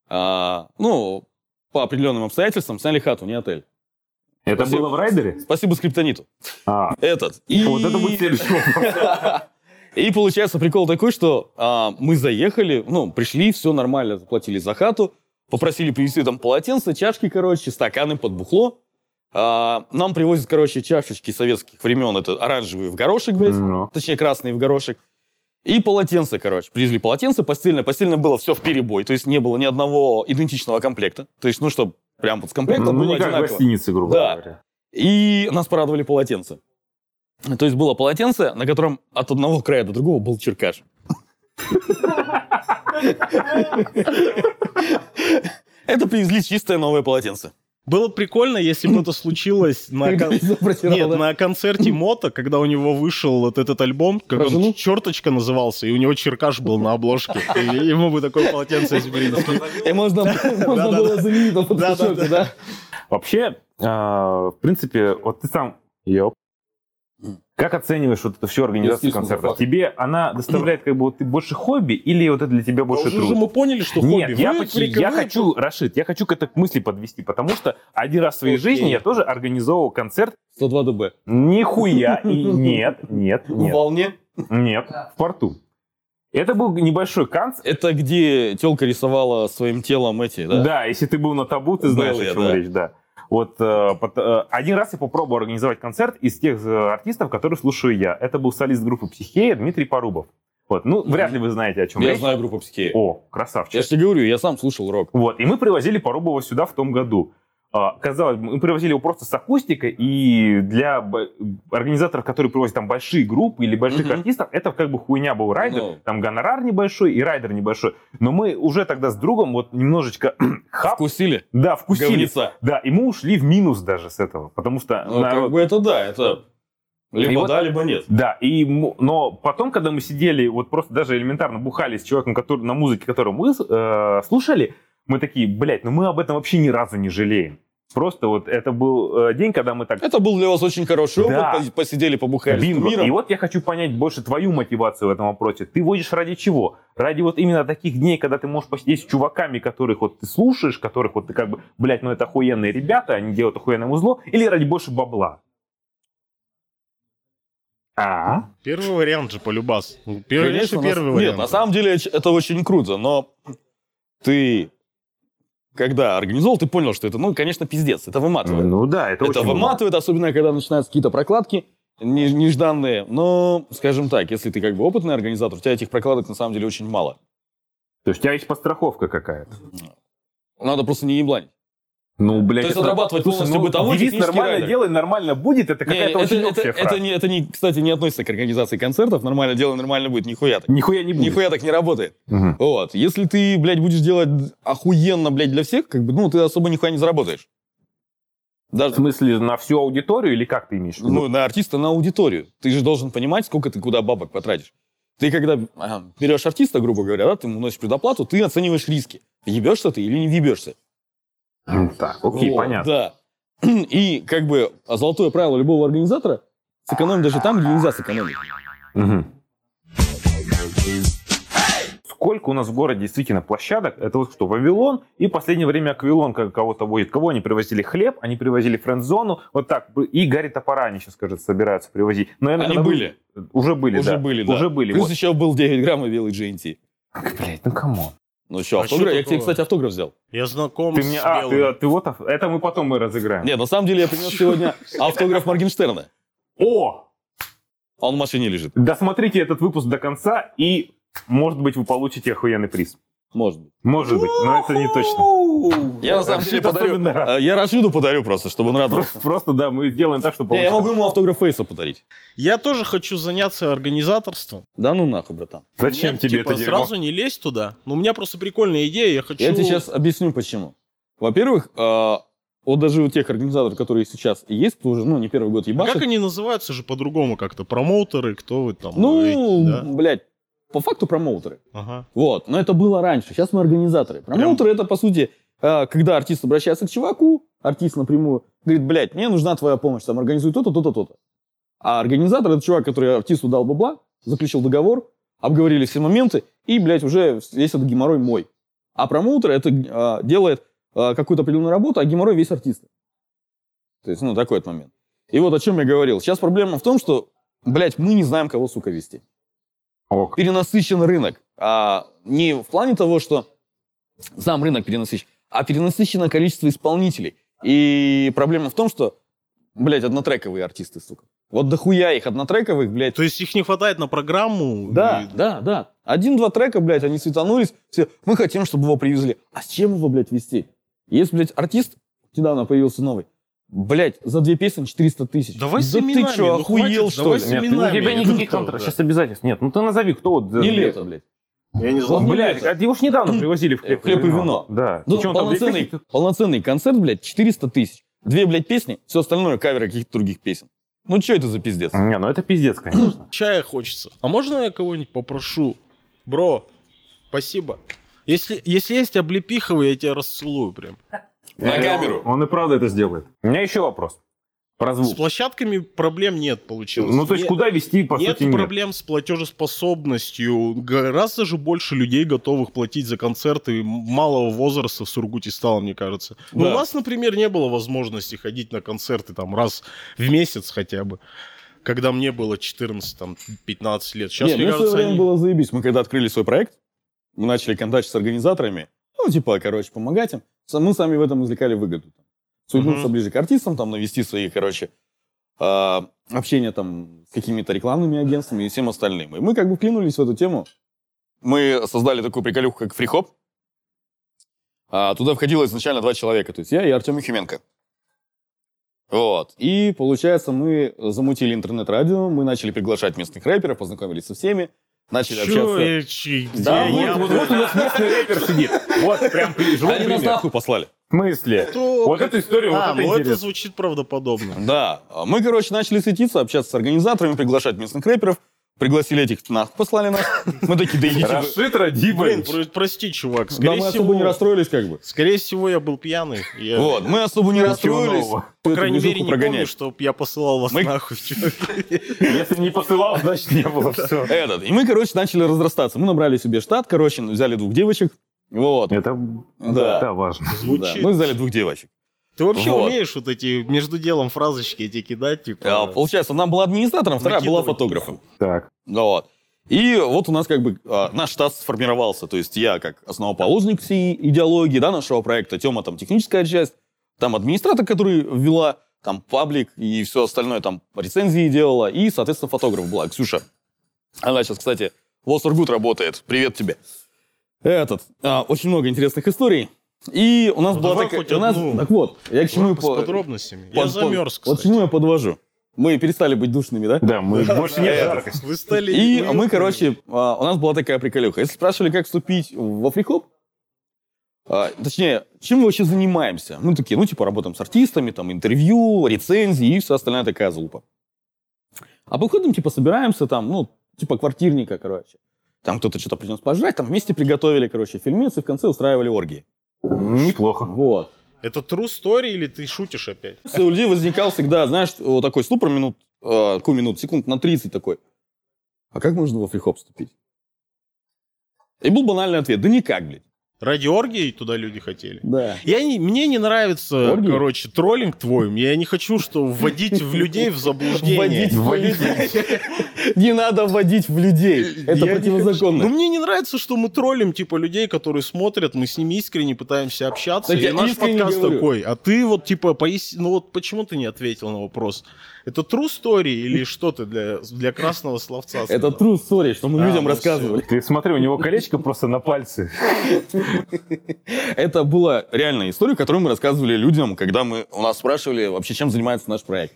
[SPEAKER 4] А, ну, по определенным обстоятельствам сняли хату, не отель.
[SPEAKER 2] Это было в райдере?
[SPEAKER 4] Спасибо скриптониту.
[SPEAKER 2] А,
[SPEAKER 4] Этот. И...
[SPEAKER 2] вот это будет следующий вопрос.
[SPEAKER 4] И получается прикол такой, что а, мы заехали, ну, пришли, все нормально, заплатили за хату, попросили привезти там полотенца, чашки, короче, стаканы под бухло. А, нам привозят, короче, чашечки советских времен, это оранжевые в горошек, блядь,
[SPEAKER 2] Ну.
[SPEAKER 4] точнее, красные в горошек. И полотенце, короче. Привезли полотенце постельное. Постельное было все в перебой, то есть не было ни одного идентичного комплекта. То есть, ну, чтобы прям вот с комплектом
[SPEAKER 2] Ну,
[SPEAKER 4] было
[SPEAKER 2] не как в
[SPEAKER 4] одинаково.
[SPEAKER 2] гостинице, грубо
[SPEAKER 4] Да.
[SPEAKER 2] говоря.
[SPEAKER 4] И нас порадовали полотенце. То есть было полотенце, на котором от одного края до другого был черкаш. Это привезли чистое новое полотенце.
[SPEAKER 1] Было приколь если бы это случилось на кон- Нет, на концерте Мота, когда у него вышел вот этот альбом, как
[SPEAKER 3] Про
[SPEAKER 1] он
[SPEAKER 3] жену?
[SPEAKER 1] «Черточка» назывался, и у него черкаш был на обложке. И ему бы такое полотенце если бы принесли.
[SPEAKER 4] И Э, можно, можно
[SPEAKER 1] Да-да-да.
[SPEAKER 4] было заменить на
[SPEAKER 1] Да-да-да.
[SPEAKER 4] фотошопе, да?
[SPEAKER 2] Вообще, а, в принципе, вот ты сам... Ёп. Как оцениваешь вот эту всю организацию
[SPEAKER 4] Естественно,
[SPEAKER 2] концертов?
[SPEAKER 4] факт.
[SPEAKER 2] Тебе она доставляет как бы вот ты больше хобби или вот это для тебя больше
[SPEAKER 1] уже
[SPEAKER 2] труд?
[SPEAKER 1] же мы поняли, что
[SPEAKER 2] Нет,
[SPEAKER 1] хобби.
[SPEAKER 2] я,
[SPEAKER 1] Вы
[SPEAKER 2] хочу-
[SPEAKER 1] прик-
[SPEAKER 2] я
[SPEAKER 1] вы-
[SPEAKER 2] хочу, Рашид, я хочу к этой мысли подвести, потому что один раз в своей
[SPEAKER 4] Окей.
[SPEAKER 2] жизни я тоже организовывал концерт
[SPEAKER 4] 102 дБ.
[SPEAKER 2] нихуя и нет, нет,
[SPEAKER 4] В
[SPEAKER 2] нет,
[SPEAKER 4] волне.
[SPEAKER 2] нет, в порту. Это был небольшой конц.
[SPEAKER 4] Это где телка рисовала своим телом эти,
[SPEAKER 2] Да.
[SPEAKER 4] да?
[SPEAKER 2] если ты был на табу, ты знаешь,
[SPEAKER 4] Был
[SPEAKER 2] о
[SPEAKER 4] я,
[SPEAKER 2] чем
[SPEAKER 4] да.
[SPEAKER 2] речь, да. Вот э, пот- э, один раз я попробовал организовать концерт из тех э, артистов, которые слушаю я. Это был солист группы «Психея» Дмитрий Порубов. Вот, ну, вряд ли вы знаете, о чем
[SPEAKER 4] Я
[SPEAKER 2] речь.
[SPEAKER 4] знаю группу психея.
[SPEAKER 2] О, красавчик.
[SPEAKER 4] Я же тебе говорю, я сам слушал рок.
[SPEAKER 2] Вот, и мы привозили Порубова сюда в том году. А, Казалось бы, мы привозили его просто с акустикой, и для б- организаторов, которые привозят там большие группы или больших
[SPEAKER 4] Мгм.
[SPEAKER 2] артистов, это как бы хуйня был райдер,
[SPEAKER 4] Ну.
[SPEAKER 2] там гонорар небольшой и райдер небольшой. Но мы уже тогда с другом вот немножечко хап,
[SPEAKER 4] Вкусили?
[SPEAKER 2] да, вкусили.
[SPEAKER 4] Говнеца.
[SPEAKER 2] Да, и мы ушли в минус даже с этого, потому что
[SPEAKER 4] Ну,
[SPEAKER 2] народ-
[SPEAKER 4] как бы это да, это
[SPEAKER 2] И
[SPEAKER 4] либо
[SPEAKER 2] вот-
[SPEAKER 4] да, либо нет.
[SPEAKER 2] Да, и, м- но потом, когда мы сидели, вот просто даже элементарно бухали с человеком, который, на музыке, которую мы э, слушали, мы такие, блядь, ну мы об этом вообще ни разу не жалеем. Просто вот это был э, день, когда мы так...
[SPEAKER 4] Это был для вас очень хороший опыт.
[SPEAKER 2] Да.
[SPEAKER 4] Пос- Посидели, побухали с
[SPEAKER 2] Бинго.
[SPEAKER 4] кумиром.
[SPEAKER 2] И вот я хочу понять больше твою мотивацию в этом вопросе. Ты водишь ради чего? Ради вот именно таких дней, когда ты можешь посидеть с чуваками, которых вот ты слушаешь, которых вот ты как бы, блядь, ну это охуенные ребята, они делают охуенное узло, или ради больше бабла? А?
[SPEAKER 1] Первый вариант же полюбас. Ну, Первый,
[SPEAKER 4] Конечно,
[SPEAKER 1] конечно, первый
[SPEAKER 4] на...
[SPEAKER 1] вариант.
[SPEAKER 4] Нет, на самом деле эч- это очень круто, но ты, когда организовал, ты понял, что это, ну, конечно, пиздец, это выматывает.
[SPEAKER 2] Ну да, это,
[SPEAKER 4] это
[SPEAKER 2] очень бабла.
[SPEAKER 4] выматывает, особенно когда начинаются какие-то прокладки не- нежданные. Но, скажем так, если ты как бы опытный организатор, у тебя этих прокладок на самом деле очень мало.
[SPEAKER 2] То есть у тебя есть подстраховка какая-то.
[SPEAKER 4] Надо просто не еблань.
[SPEAKER 2] Ну, блядь, ну,
[SPEAKER 4] То есть отрабатывать полностью бытовой
[SPEAKER 2] девиз
[SPEAKER 4] технический
[SPEAKER 2] нормально
[SPEAKER 4] райдер».
[SPEAKER 2] делай, нормально будет, это
[SPEAKER 4] Не,
[SPEAKER 2] какая-то очень
[SPEAKER 4] это,
[SPEAKER 2] общая фраза.
[SPEAKER 4] это не, это не, кстати, не относится к организации концертов. Нормально дело, нормально будет, нихуя так.
[SPEAKER 2] Нихуя не будет.
[SPEAKER 4] Нихуя так не работает.
[SPEAKER 2] Мгм.
[SPEAKER 4] Вот. Если ты, блядь, будешь делать охуенно, блядь, для всех, как бы, ну, ты особо нихуя не заработаешь.
[SPEAKER 2] В
[SPEAKER 4] Даже,
[SPEAKER 2] смысле, на всю аудиторию или как ты имеешь в виду?
[SPEAKER 4] ну, на артиста, на аудиторию. Ты же должен понимать, сколько ты куда бабок потратишь. Ты когда а, берешь артиста, грубо говоря, да, ты ему носишь предоплату, ты оцениваешь риски. Ебешься ты или не въебешься.
[SPEAKER 2] М, Ну, так, окей,
[SPEAKER 4] Вот,
[SPEAKER 2] понятно.
[SPEAKER 4] Да. И как бы а золотое правило любого организатора – сэкономить даже там, где нельзя сэкономить.
[SPEAKER 2] Мгм. Сколько у нас в городе действительно площадок? Это вот что, Вавилон и в последнее время Аквилон как кого-то водит. Кого они привозили? Хлеб, они привозили френд-зону. Вот так. И Гарри Топора они сейчас, кажется, собираются привозить. Но, наверное,
[SPEAKER 4] Они
[SPEAKER 2] когда вы-
[SPEAKER 4] были,
[SPEAKER 2] Уже были,
[SPEAKER 4] уже
[SPEAKER 2] да.
[SPEAKER 4] были, да.
[SPEAKER 2] Уже были,
[SPEAKER 4] Плюс
[SPEAKER 2] вот.
[SPEAKER 4] еще был 9 грамм и белый GNT.
[SPEAKER 2] Блядь, ну камон.
[SPEAKER 4] Ну еще
[SPEAKER 1] А чё
[SPEAKER 4] автограф. Я
[SPEAKER 1] такого?
[SPEAKER 4] тебе, кстати, автограф взял.
[SPEAKER 1] Я знаком
[SPEAKER 2] Ты
[SPEAKER 1] с
[SPEAKER 2] мне, а,
[SPEAKER 1] белыми.
[SPEAKER 2] ты, ты вот, аф- это мы потом мы разыграем.
[SPEAKER 4] Нет, на самом деле я принес сегодня автограф Моргенштерна.
[SPEAKER 2] О,
[SPEAKER 4] А Он в машине лежит.
[SPEAKER 2] досмотрите этот выпуск до конца, и, может быть, вы получите охуенный приз.
[SPEAKER 4] Может быть.
[SPEAKER 2] Может быть, но это не точно.
[SPEAKER 4] Я на самом деле
[SPEAKER 2] Рашид
[SPEAKER 4] подарю.
[SPEAKER 2] особенно рад.
[SPEAKER 4] А, Я Рашиду подарю просто, чтобы он радовался.
[SPEAKER 2] Просто, просто, да, мы сделаем так, что
[SPEAKER 4] Не, Я могу ему автограф Фейса подарить.
[SPEAKER 1] Я тоже хочу заняться организаторством.
[SPEAKER 4] Да ну нахуй, братан.
[SPEAKER 2] Зачем
[SPEAKER 1] Нет,
[SPEAKER 2] тебе
[SPEAKER 1] типа,
[SPEAKER 2] это дерьмо?
[SPEAKER 1] сразу не лезь туда. Но у меня просто прикольная идея, я хочу...
[SPEAKER 4] Я тебе сейчас объясню, почему. Во-первых, а, вот даже у тех организаторов, которые сейчас есть, кто уже, ну, не первый год
[SPEAKER 1] А
[SPEAKER 4] ебашит,
[SPEAKER 1] как они называются же по-другому как-то? Промоутеры, кто вы там?
[SPEAKER 4] Ну,
[SPEAKER 1] э, да?
[SPEAKER 4] блядь, по факту промоутеры.
[SPEAKER 1] Ага.
[SPEAKER 4] Вот, но это было раньше, сейчас мы организаторы. Промоутеры это, по сути, э, когда артист обращается к чуваку, артист напрямую говорит, блядь, мне нужна твоя помощь, там, организуй то-то, то-то, то-то. А организатор это чувак, который артисту дал бабла, заключил договор, обговорили все моменты, и, блядь, уже весь этот геморрой мой. А промоутер это э, делает э, какую-то определенную работу, а геморрой весь артист. То есть, ну, такой вот момент. И вот о чем я говорил. Сейчас проблема в том, что, блядь, мы не знаем, кого, сука, вести
[SPEAKER 2] Ок.
[SPEAKER 4] перенасыщен рынок. А, не в плане того, что сам рынок перенасыщен, а перенасыщено количество исполнителей. И проблема в том, что, блядь, однотрековые артисты, сука. Вот дохуя их однотрековых, блядь.
[SPEAKER 1] То есть их не хватает на программу?
[SPEAKER 4] Да,
[SPEAKER 1] И-
[SPEAKER 4] да, да. Один-два трека, блядь, они светанулись. Все, мы хотим, чтобы его привезли. А с чем его, блядь, вести? Есть, блядь, артист, недавно появился новый. Блядь, за две песни 400 тысяч.
[SPEAKER 1] Давай
[SPEAKER 4] да
[SPEAKER 1] с именами,
[SPEAKER 4] ты что,
[SPEAKER 1] ну
[SPEAKER 4] охуел,
[SPEAKER 1] хватит,
[SPEAKER 4] что
[SPEAKER 1] давай
[SPEAKER 4] ли?
[SPEAKER 1] с
[SPEAKER 2] Нет, ты- у
[SPEAKER 1] именами,
[SPEAKER 2] тебя
[SPEAKER 1] я тут
[SPEAKER 2] никаких контр-
[SPEAKER 1] тоже.
[SPEAKER 2] Сейчас обязательств нет. Ну ты назови, кто вот...
[SPEAKER 4] Не лето, блядь.
[SPEAKER 1] Я не
[SPEAKER 4] Вот
[SPEAKER 1] знаю.
[SPEAKER 4] не
[SPEAKER 2] Блядь,
[SPEAKER 4] лето.
[SPEAKER 2] а его ж недавно привозили в хлеб,
[SPEAKER 4] Хлеб и вино.
[SPEAKER 2] Да.
[SPEAKER 4] Ну,
[SPEAKER 2] Причем там две
[SPEAKER 4] полноценный,
[SPEAKER 2] песни.
[SPEAKER 4] полноценный концерт, блядь, 400 тысяч. Две, блядь, песни, все остальное каверы каких-то других песен. Ну, что это за пиздец?
[SPEAKER 2] Не, ну это пиздец, конечно.
[SPEAKER 1] Чая хочется. А можно я кого-нибудь попрошу? Бро, спасибо. Если, если есть облепиховый, я тебя расцелую прям.
[SPEAKER 4] На камеру.
[SPEAKER 2] Он и правда это сделает. У меня еще вопрос. Про
[SPEAKER 1] С
[SPEAKER 2] звук.
[SPEAKER 1] площадками проблем нет, получилось.
[SPEAKER 2] Ну, то есть,
[SPEAKER 1] Не-
[SPEAKER 2] куда вести, по
[SPEAKER 1] нет
[SPEAKER 2] сути, нет.
[SPEAKER 1] проблем с платежеспособностью. Гораздо же больше людей готовых платить за концерты малого возраста в Сургуте стало, мне кажется. Но
[SPEAKER 4] Да.
[SPEAKER 1] у нас, например, не было возможности ходить на концерты там раз в месяц хотя бы. Когда мне было 14-15 лет. Сейчас,
[SPEAKER 4] Не,
[SPEAKER 1] мне
[SPEAKER 4] ну, в свое
[SPEAKER 1] кажется,
[SPEAKER 4] время
[SPEAKER 1] они-
[SPEAKER 4] было заебись. Мы когда открыли свой проект, мы начали контактить с организаторами. Ну, типа, короче, помогать им. Са- Мы сами в этом извлекали выгоду. Суетнуться
[SPEAKER 1] Мгм.
[SPEAKER 4] ближе к артистам, там, навести свои, короче, а, общения там с какими-то рекламными агентствами и всем остальным. И мы как бы вклинулись в эту тему. Мы создали такую приколюху, как фрихоп. А, туда входило изначально два человека, то есть я и Артем Ехименко. Вот. И, получается, мы замутили интернет-радио, мы начали приглашать местных рэперов, познакомились со всеми, начали
[SPEAKER 1] Чё,
[SPEAKER 4] общаться.
[SPEAKER 1] э, чё, где
[SPEAKER 4] Да,
[SPEAKER 1] я?
[SPEAKER 2] Вот, вот, вот у нас местный рэпер сидит. Вот, прям при- живой
[SPEAKER 4] Они нас
[SPEAKER 2] пример.
[SPEAKER 4] нахуй послали.
[SPEAKER 2] В смысле?
[SPEAKER 1] То-
[SPEAKER 2] Вот эту историю, вот
[SPEAKER 1] А,
[SPEAKER 2] это
[SPEAKER 1] ну это
[SPEAKER 2] интересно.
[SPEAKER 1] звучит правдоподобно.
[SPEAKER 4] Да. Мы, короче, начали светиться, общаться с организаторами, приглашать местных рэперов. Пригласили этих, нахуй послали нас. Мы такие, да идите вы.
[SPEAKER 2] Рашид Радибович.
[SPEAKER 1] Блин, про- прости, чувак.
[SPEAKER 4] Да
[SPEAKER 1] Скорее
[SPEAKER 4] мы
[SPEAKER 1] всего,
[SPEAKER 4] особо не расстроились как бы.
[SPEAKER 1] скорее всего, я был пьяный. Я,
[SPEAKER 4] Вот, мы особо не
[SPEAKER 2] Ничего
[SPEAKER 4] расстроились.
[SPEAKER 2] нового.
[SPEAKER 4] всю
[SPEAKER 1] по
[SPEAKER 4] эту
[SPEAKER 1] крайней мере,
[SPEAKER 4] движуху
[SPEAKER 1] не помню,
[SPEAKER 4] прогонять.
[SPEAKER 1] что я посылал вас
[SPEAKER 4] Мы-
[SPEAKER 1] нахуй.
[SPEAKER 2] Если не посылал, значит не было все.
[SPEAKER 4] Этот. И мы, короче, начали разрастаться. Мы набрали себе штат, короче, взяли двух девочек. Вот.
[SPEAKER 2] Это,
[SPEAKER 4] Да.
[SPEAKER 2] это важно.
[SPEAKER 1] Звучит.
[SPEAKER 4] Да, Мы взяли двух девочек.
[SPEAKER 1] Ты вообще
[SPEAKER 4] Вот.
[SPEAKER 1] умеешь вот эти между делом фразочки эти кидать,
[SPEAKER 4] А,
[SPEAKER 1] типа...
[SPEAKER 4] Получается, одна была администратором, вторая была
[SPEAKER 1] Накидывать.
[SPEAKER 4] фотографом.
[SPEAKER 2] Так.
[SPEAKER 4] Да, Ну вот. И вот у нас как бы а, наш штат сформировался. То есть я как основоположник всей идеологии да, нашего проекта, Тема там техническая часть, там администратор, который ввела, там паблик и все остальное, там рецензии делала, и, соответственно, фотограф была, Ксюша. Она сейчас, кстати, в Осургут работает. Привет тебе. Этот. а, очень много интересных историй. И у нас
[SPEAKER 1] Ну,
[SPEAKER 4] была
[SPEAKER 1] давай
[SPEAKER 4] такая...
[SPEAKER 1] хоть
[SPEAKER 4] у нас-
[SPEAKER 1] одну.
[SPEAKER 4] Так вот, я к чему
[SPEAKER 1] с
[SPEAKER 4] и по-
[SPEAKER 1] подробностями.
[SPEAKER 4] по-
[SPEAKER 1] Я
[SPEAKER 4] по-
[SPEAKER 1] замерз,
[SPEAKER 4] Вот к
[SPEAKER 1] кстати.
[SPEAKER 4] чему я подвожу. Мы перестали быть душными, да?
[SPEAKER 2] Да, мы больше нет
[SPEAKER 4] Это.
[SPEAKER 2] жаркости.
[SPEAKER 1] Вы стали...
[SPEAKER 4] И
[SPEAKER 1] уютными.
[SPEAKER 4] мы, короче, а, у нас была такая приколюха. Если спрашивали, как вступить во фрихоп, а, точнее, чем мы вообще занимаемся? Мы такие, ну, типа, работаем с артистами, там, интервью, рецензии и вся остальная такая залупа. А по выходным, типа, собираемся там, ну, типа, квартирника, короче. Там кто-то что-то принес пожрать, там вместе приготовили, короче, фильмец и в конце устраивали оргии.
[SPEAKER 2] Неплохо.
[SPEAKER 4] Вот.
[SPEAKER 1] Это true story или ты шутишь опять?
[SPEAKER 4] Если у людей возникал всегда, знаешь, вот такой ступор минут, э, какую минут, секунд на 30 такой. А как можно во фрихоп вступить? И был банальный ответ. Да никак, блядь.
[SPEAKER 1] Ради оргии туда люди хотели?
[SPEAKER 4] Да.
[SPEAKER 1] Я не, мне не нравится,
[SPEAKER 4] Оргии?
[SPEAKER 1] короче, троллинг твой. Я не хочу, что вводить в людей в заблуждение.
[SPEAKER 4] Вводить в людей. Не надо вводить в людей. Это
[SPEAKER 1] Я не Ну,
[SPEAKER 4] противозаконно.
[SPEAKER 1] мне не нравится, что мы троллим, типа, людей, которые смотрят, мы с ними искренне пытаемся общаться,
[SPEAKER 4] Так
[SPEAKER 1] и
[SPEAKER 4] я
[SPEAKER 1] наш
[SPEAKER 4] искренне
[SPEAKER 1] подкаст
[SPEAKER 4] говорю.
[SPEAKER 1] такой. А ты вот, типа, поис... ну вот почему ты не ответил на вопрос? Это true story или что ты для, для красного словца? сказал?
[SPEAKER 4] Это true story, что мы
[SPEAKER 1] А,
[SPEAKER 4] людям
[SPEAKER 1] ну
[SPEAKER 4] рассказывали.
[SPEAKER 2] Ты смотри, у него колечко просто на пальце.
[SPEAKER 4] Это была реальная история, которую мы рассказывали людям, когда мы у нас спрашивали вообще, чем занимается наш проект.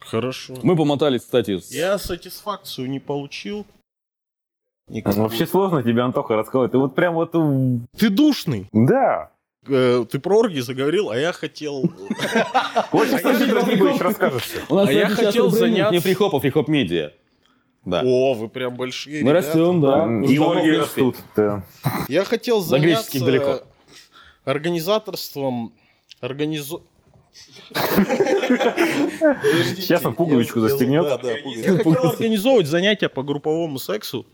[SPEAKER 1] Хорошо.
[SPEAKER 4] Мы помотались, кстати, с-
[SPEAKER 1] Я сатисфакцию не получил.
[SPEAKER 4] А
[SPEAKER 1] Никакую.
[SPEAKER 2] Вообще сложно тебе, Антоха, рассказать. Ты вот прям вот... м,
[SPEAKER 1] Ты душный.
[SPEAKER 2] Да.
[SPEAKER 1] Э, ты про орги заговорил, а я хотел...
[SPEAKER 2] Хочешь,
[SPEAKER 1] я
[SPEAKER 2] Рашид
[SPEAKER 1] не
[SPEAKER 2] Радибович расскажешь?
[SPEAKER 4] У нас
[SPEAKER 1] А я
[SPEAKER 4] сегодня частный
[SPEAKER 1] хотел
[SPEAKER 4] брендинг
[SPEAKER 1] заняться-
[SPEAKER 4] Не фрихоп, а фрихоп медиа. Да.
[SPEAKER 1] О, вы прям большие
[SPEAKER 4] Мы
[SPEAKER 1] ребята.
[SPEAKER 4] растем, да.
[SPEAKER 2] И оргии растут. Да.
[SPEAKER 1] Я хотел
[SPEAKER 4] До
[SPEAKER 1] заняться
[SPEAKER 4] греческих далеко.
[SPEAKER 1] организаторством организу...
[SPEAKER 2] Сейчас он пуговичку
[SPEAKER 1] Я- я-
[SPEAKER 2] застегнет.
[SPEAKER 1] да, да, пуговичку. Я хотел организовывать занятия по групповому сексу.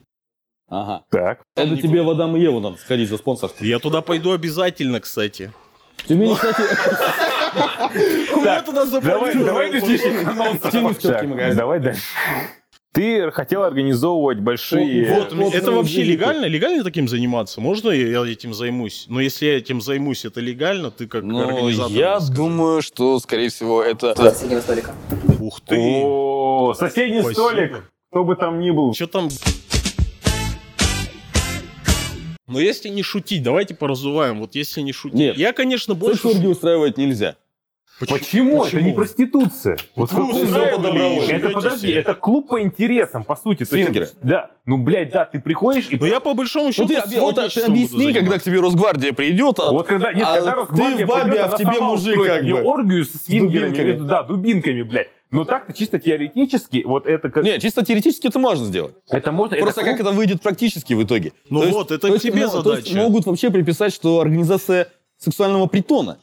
[SPEAKER 4] Ага.
[SPEAKER 2] Так.
[SPEAKER 4] Это
[SPEAKER 1] Никуда.
[SPEAKER 4] тебе в Адам и Еву надо сходить за спонсорство.
[SPEAKER 1] Я туда пойду обязательно, кстати. Ну,
[SPEAKER 4] Тюмень, кстати,
[SPEAKER 1] Я туда
[SPEAKER 2] Давай,
[SPEAKER 1] заплачу.
[SPEAKER 2] давай без лишних
[SPEAKER 4] Тени в
[SPEAKER 2] анонсов.
[SPEAKER 4] тётке
[SPEAKER 2] Так,
[SPEAKER 4] магазин.
[SPEAKER 2] Давай дальше. Ты хотел организовывать большие...
[SPEAKER 1] Вот, мне-
[SPEAKER 4] Вот
[SPEAKER 1] это
[SPEAKER 4] мы
[SPEAKER 1] вообще
[SPEAKER 4] видели.
[SPEAKER 1] легально? Легально таким заниматься? Можно я этим займусь? Но если я этим займусь, это легально? Ты как
[SPEAKER 4] Ну,
[SPEAKER 1] организатор?
[SPEAKER 4] я думаю, что, скорее всего, это...
[SPEAKER 5] соседнего столика.
[SPEAKER 1] Ух ты!
[SPEAKER 2] О, соседний
[SPEAKER 1] Спасибо.
[SPEAKER 2] столик, кто бы там ни был.
[SPEAKER 1] Что там? Но если не шутить, давайте поразуваем. Вот если не шутить.
[SPEAKER 4] Нет.
[SPEAKER 1] Я, конечно,
[SPEAKER 4] Секс
[SPEAKER 1] больше...
[SPEAKER 4] оргии устраивать нельзя.
[SPEAKER 2] Почему? Это не проституция. Вот
[SPEAKER 1] Ну,
[SPEAKER 2] как
[SPEAKER 1] ну,
[SPEAKER 2] устраиваешь.
[SPEAKER 1] добровольно.
[SPEAKER 2] Это, подожди, это клуб по интересам, по сути. То есть,
[SPEAKER 4] Свингеры.
[SPEAKER 2] Да. Ну, блядь, да, ты приходишь и...
[SPEAKER 1] Но я по большому
[SPEAKER 4] Ну,
[SPEAKER 1] счету...
[SPEAKER 4] ты,
[SPEAKER 1] сводничеством
[SPEAKER 4] вот так ты объясни,
[SPEAKER 1] буду
[SPEAKER 4] когда
[SPEAKER 1] заниматься.
[SPEAKER 4] к тебе Росгвардия придет, а
[SPEAKER 2] Вот когда, нет,
[SPEAKER 4] А
[SPEAKER 2] когда
[SPEAKER 4] ты
[SPEAKER 2] Росгвардия
[SPEAKER 4] в бабе,
[SPEAKER 2] пойдет,
[SPEAKER 4] а
[SPEAKER 2] она
[SPEAKER 4] в тебе
[SPEAKER 2] сама
[SPEAKER 4] мужик,
[SPEAKER 2] устроит
[SPEAKER 4] как
[SPEAKER 2] мне
[SPEAKER 4] бы.
[SPEAKER 2] оргию с свингерами,
[SPEAKER 4] дубинками.
[SPEAKER 2] или- да, дубинками, блядь. Но так-то чисто теоретически, вот это как...
[SPEAKER 4] Не, чисто теоретически это можно сделать.
[SPEAKER 2] это можно... это
[SPEAKER 4] Просто
[SPEAKER 2] клуб.
[SPEAKER 4] как это выйдет практически в итоге.
[SPEAKER 1] Ну
[SPEAKER 4] То
[SPEAKER 1] вот, это
[SPEAKER 4] то
[SPEAKER 1] тебе
[SPEAKER 4] ну, то есть
[SPEAKER 1] задача.
[SPEAKER 4] могут вообще приписать, что организация сексуального притона.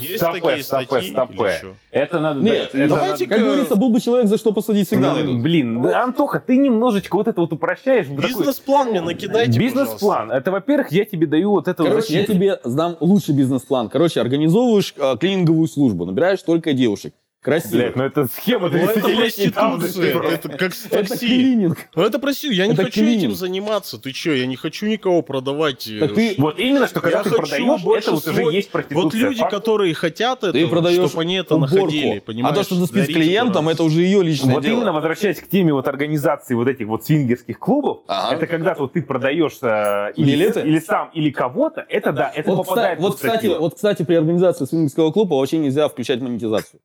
[SPEAKER 1] Есть
[SPEAKER 2] ну, Стопэ,
[SPEAKER 1] такие
[SPEAKER 2] стопэ,
[SPEAKER 1] статьи?
[SPEAKER 2] стопэ.
[SPEAKER 1] Или чё?
[SPEAKER 2] Это надо...
[SPEAKER 4] Нет,
[SPEAKER 2] это
[SPEAKER 4] давайте,
[SPEAKER 1] надо- Ну,
[SPEAKER 4] как говорится, был бы человек, за что посадить, всегда
[SPEAKER 2] надо-
[SPEAKER 4] найдут.
[SPEAKER 2] Блин, да, Антоха, ты немножечко вот это вот упрощаешь. в такой-
[SPEAKER 1] Бизнес-план мне накидайте,
[SPEAKER 2] Бизнес-план. Это, во-первых, я тебе даю вот это... вот
[SPEAKER 4] Короче, я
[SPEAKER 2] защитить.
[SPEAKER 4] тебе сдам лучший бизнес-план. Короче, организовываешь э, клининговую службу, набираешь только девушек.
[SPEAKER 2] Блядь,
[SPEAKER 4] Красивых.
[SPEAKER 2] ну это схема
[SPEAKER 1] Ну, это
[SPEAKER 2] 30-летней давности.
[SPEAKER 1] проституция,
[SPEAKER 2] просто.
[SPEAKER 1] это как с
[SPEAKER 4] Это
[SPEAKER 1] такси.
[SPEAKER 4] клининг.
[SPEAKER 1] Ну это прости, я не
[SPEAKER 4] Это
[SPEAKER 1] хочу
[SPEAKER 4] клининг.
[SPEAKER 1] этим заниматься. Ты чё, я не хочу никого продавать. э,
[SPEAKER 4] Так ты-
[SPEAKER 2] Вот именно, что когда
[SPEAKER 1] Я
[SPEAKER 2] ты
[SPEAKER 1] хочу
[SPEAKER 2] продаешь,
[SPEAKER 1] больше
[SPEAKER 2] это вот уже
[SPEAKER 1] свой-
[SPEAKER 2] есть
[SPEAKER 1] Вот
[SPEAKER 2] проституция.
[SPEAKER 1] люди,
[SPEAKER 2] Факт.
[SPEAKER 1] которые хотят
[SPEAKER 4] Ты
[SPEAKER 1] это,
[SPEAKER 4] продаешь
[SPEAKER 1] чтобы они это
[SPEAKER 4] уборку.
[SPEAKER 1] находили, понимаешь?
[SPEAKER 4] А то, что ты спишь с
[SPEAKER 1] Дарите
[SPEAKER 4] клиентом,
[SPEAKER 1] дурака.
[SPEAKER 4] это уже ее личное
[SPEAKER 2] Вот
[SPEAKER 4] дело.
[SPEAKER 2] именно, возвращаясь к теме вот организации вот этих вот свингерских клубов,
[SPEAKER 4] Ага.
[SPEAKER 2] это когда вот ты продаешь э, или,
[SPEAKER 4] Билеты?
[SPEAKER 2] или сам, или кого-то, это да, это
[SPEAKER 4] Вот, кстати,
[SPEAKER 2] попадает
[SPEAKER 4] вот,
[SPEAKER 2] в статью.
[SPEAKER 4] кстати, вот, кстати, при организации свингерского клуба вообще нельзя включать монетизацию.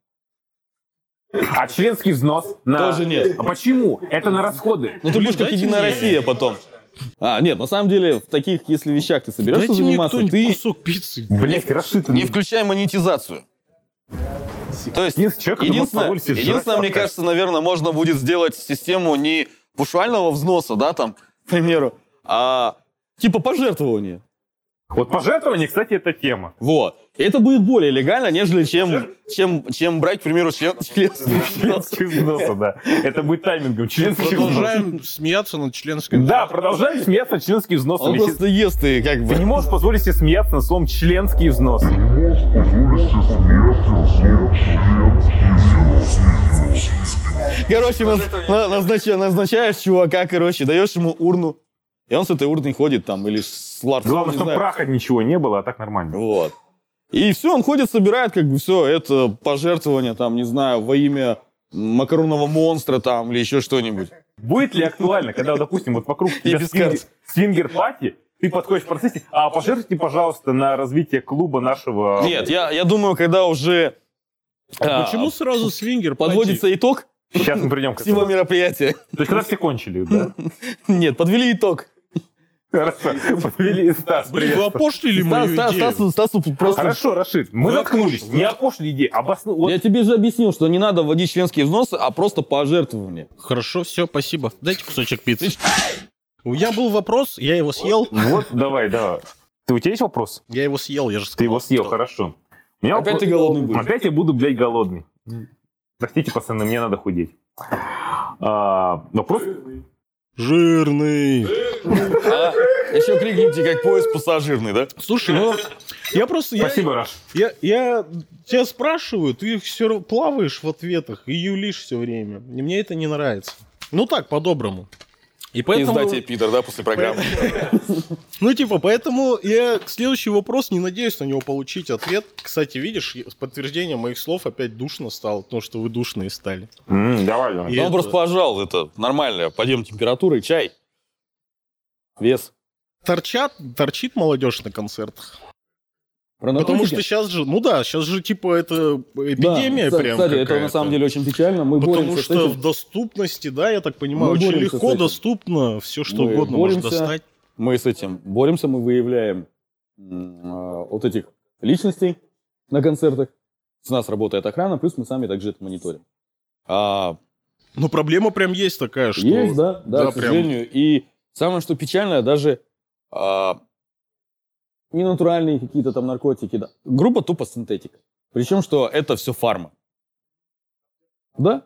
[SPEAKER 2] А членский взнос на...
[SPEAKER 4] Тоже нет.
[SPEAKER 2] А Почему? Это на расходы.
[SPEAKER 4] Ну ты будешь как
[SPEAKER 1] дайте
[SPEAKER 4] Единая
[SPEAKER 1] мне.
[SPEAKER 4] Россия потом. А, нет, на самом деле, в таких, если вещах ты собираешься
[SPEAKER 1] Дайте мне
[SPEAKER 4] заниматься,
[SPEAKER 1] кто-нибудь
[SPEAKER 4] ты
[SPEAKER 1] кусок пиццы.
[SPEAKER 2] Блять, расшитый.
[SPEAKER 4] не включай монетизацию. То есть,
[SPEAKER 2] Единственный человек, который может
[SPEAKER 4] единственное,
[SPEAKER 2] позволить себе
[SPEAKER 4] единственное,
[SPEAKER 2] жрать
[SPEAKER 4] мне
[SPEAKER 2] пока.
[SPEAKER 4] кажется, наверное, можно будет сделать систему не пушвального взноса, да, там, к примеру, а типа пожертвования.
[SPEAKER 2] Вот пожертвование, кстати, это тема.
[SPEAKER 4] Вот. И это будет более легально, нежели чем, чем, чем брать, к примеру, член, член-
[SPEAKER 2] Членский взноса, да. Это будет таймингом. Членский взнос.
[SPEAKER 1] Продолжаем смеяться над членской...
[SPEAKER 2] Да, продолжаем смеяться над членским взносом.
[SPEAKER 4] Он
[SPEAKER 2] Если
[SPEAKER 4] просто ест и как
[SPEAKER 2] Ты не
[SPEAKER 4] бы...
[SPEAKER 2] можешь позволить себе смеяться над словом «членский взнос».
[SPEAKER 4] Короче, наз- на- назнача- назначаешь чувака, короче, даешь ему урну, и он с этой урной ходит там, или с ларцом,
[SPEAKER 2] Главное,
[SPEAKER 4] не
[SPEAKER 2] чтобы
[SPEAKER 4] знаю.
[SPEAKER 2] праха ничего не было, а так нормально.
[SPEAKER 4] Вот. И все, он ходит, собирает, как бы все, это пожертвование, там, не знаю, во имя макаронного монстра там или еще что-нибудь.
[SPEAKER 2] Будет ли актуально, когда, допустим, вот вокруг тебя
[SPEAKER 4] без
[SPEAKER 2] свингер-
[SPEAKER 4] карт.
[SPEAKER 2] свингер-пати, ты подходишь в процессе, а пожертвуйте, пожалуйста, на развитие клуба
[SPEAKER 1] А,
[SPEAKER 2] нашего...
[SPEAKER 4] Нет, я, я думаю, когда уже а,
[SPEAKER 1] Почему сразу свингер?
[SPEAKER 4] подводится итог
[SPEAKER 2] Сейчас мы придем к
[SPEAKER 4] всего
[SPEAKER 2] этому.
[SPEAKER 4] мероприятия.
[SPEAKER 2] То есть когда все кончили, да?
[SPEAKER 4] Нет, подвели итог.
[SPEAKER 2] Хорошо. Подвели Стас,
[SPEAKER 1] Пати? Блин,
[SPEAKER 2] привет.
[SPEAKER 1] вы опошлили мою
[SPEAKER 4] Стас- Стас-
[SPEAKER 1] идею.
[SPEAKER 4] Стасу, Стасу просто...
[SPEAKER 2] Хорошо, Рашид, мы
[SPEAKER 1] Вы
[SPEAKER 2] заткнулись.
[SPEAKER 1] открылись,
[SPEAKER 2] Не опошли идеи, обосну... вот
[SPEAKER 4] Я тебе же объяснил, что не надо вводить членские взносы, а просто пожертвования.
[SPEAKER 1] Хорошо, все, спасибо. Дайте кусочек пиццы. У меня был вопрос, я его съел.
[SPEAKER 2] Вот, давай, да. Ты, у тебя есть вопрос?
[SPEAKER 1] Я его съел, я же сказал.
[SPEAKER 2] Ты его съел,
[SPEAKER 1] что-
[SPEAKER 2] хорошо. У
[SPEAKER 1] Ну,
[SPEAKER 2] меня
[SPEAKER 4] Опять
[SPEAKER 2] вопрос-
[SPEAKER 4] ты голодный будешь.
[SPEAKER 2] Опять я буду, блядь, голодный. Простите, пацаны, мне надо худеть. А, вопрос...
[SPEAKER 1] Жирный.
[SPEAKER 4] А, еще крикните, как поезд пассажирный, да?
[SPEAKER 1] Слушай, ну, я просто... я-
[SPEAKER 2] Спасибо, Раш.
[SPEAKER 1] Я, я тебя спрашиваю, ты все плаваешь в ответах и юлишь все время. И мне это не нравится. Ну так, по-доброму. И поэтому...
[SPEAKER 4] Издатель Питер, да, после программы.
[SPEAKER 1] Ну, типа, поэтому я следующий вопрос, не надеюсь на него получить ответ. Кстати, видишь, я- с подтверждением моих слов опять душно стало, потому что вы душные стали.
[SPEAKER 2] М, давай, давай.
[SPEAKER 1] И
[SPEAKER 4] Да он
[SPEAKER 1] это-
[SPEAKER 4] просто пожал, это нормально. Пойдем температурой, чай. Вес.
[SPEAKER 1] Торчат, торчит молодежь на концертах.
[SPEAKER 4] Про
[SPEAKER 1] Потому
[SPEAKER 4] наркотики?
[SPEAKER 1] что сейчас же, ну да, сейчас же типа это эпидемия
[SPEAKER 4] Да,
[SPEAKER 1] прям
[SPEAKER 4] Кстати, это на
[SPEAKER 1] какая-то.
[SPEAKER 4] самом деле очень печально. Мы
[SPEAKER 1] Потому
[SPEAKER 4] боремся с
[SPEAKER 1] что
[SPEAKER 4] этим.
[SPEAKER 1] в доступности, да, я так понимаю,
[SPEAKER 4] Мы
[SPEAKER 1] очень
[SPEAKER 4] боремся с
[SPEAKER 1] легко
[SPEAKER 4] этим.
[SPEAKER 1] доступно, все что
[SPEAKER 4] Мы
[SPEAKER 1] угодно можно
[SPEAKER 4] боремся.
[SPEAKER 1] достать.
[SPEAKER 4] Мы с этим боремся, мы выявляем м, а, вот этих личностей на концертах. С нас работает охрана, плюс мы сами также это мониторим. А,
[SPEAKER 1] Но проблема прям есть такая, что...
[SPEAKER 4] Есть, да, да,
[SPEAKER 1] Да,
[SPEAKER 4] к
[SPEAKER 1] прям.
[SPEAKER 4] сожалению. И самое, что печальное, даже а, ненатуральные какие-то там наркотики, да. Группа тупо синтетика. Причем, что это все фарма. Да?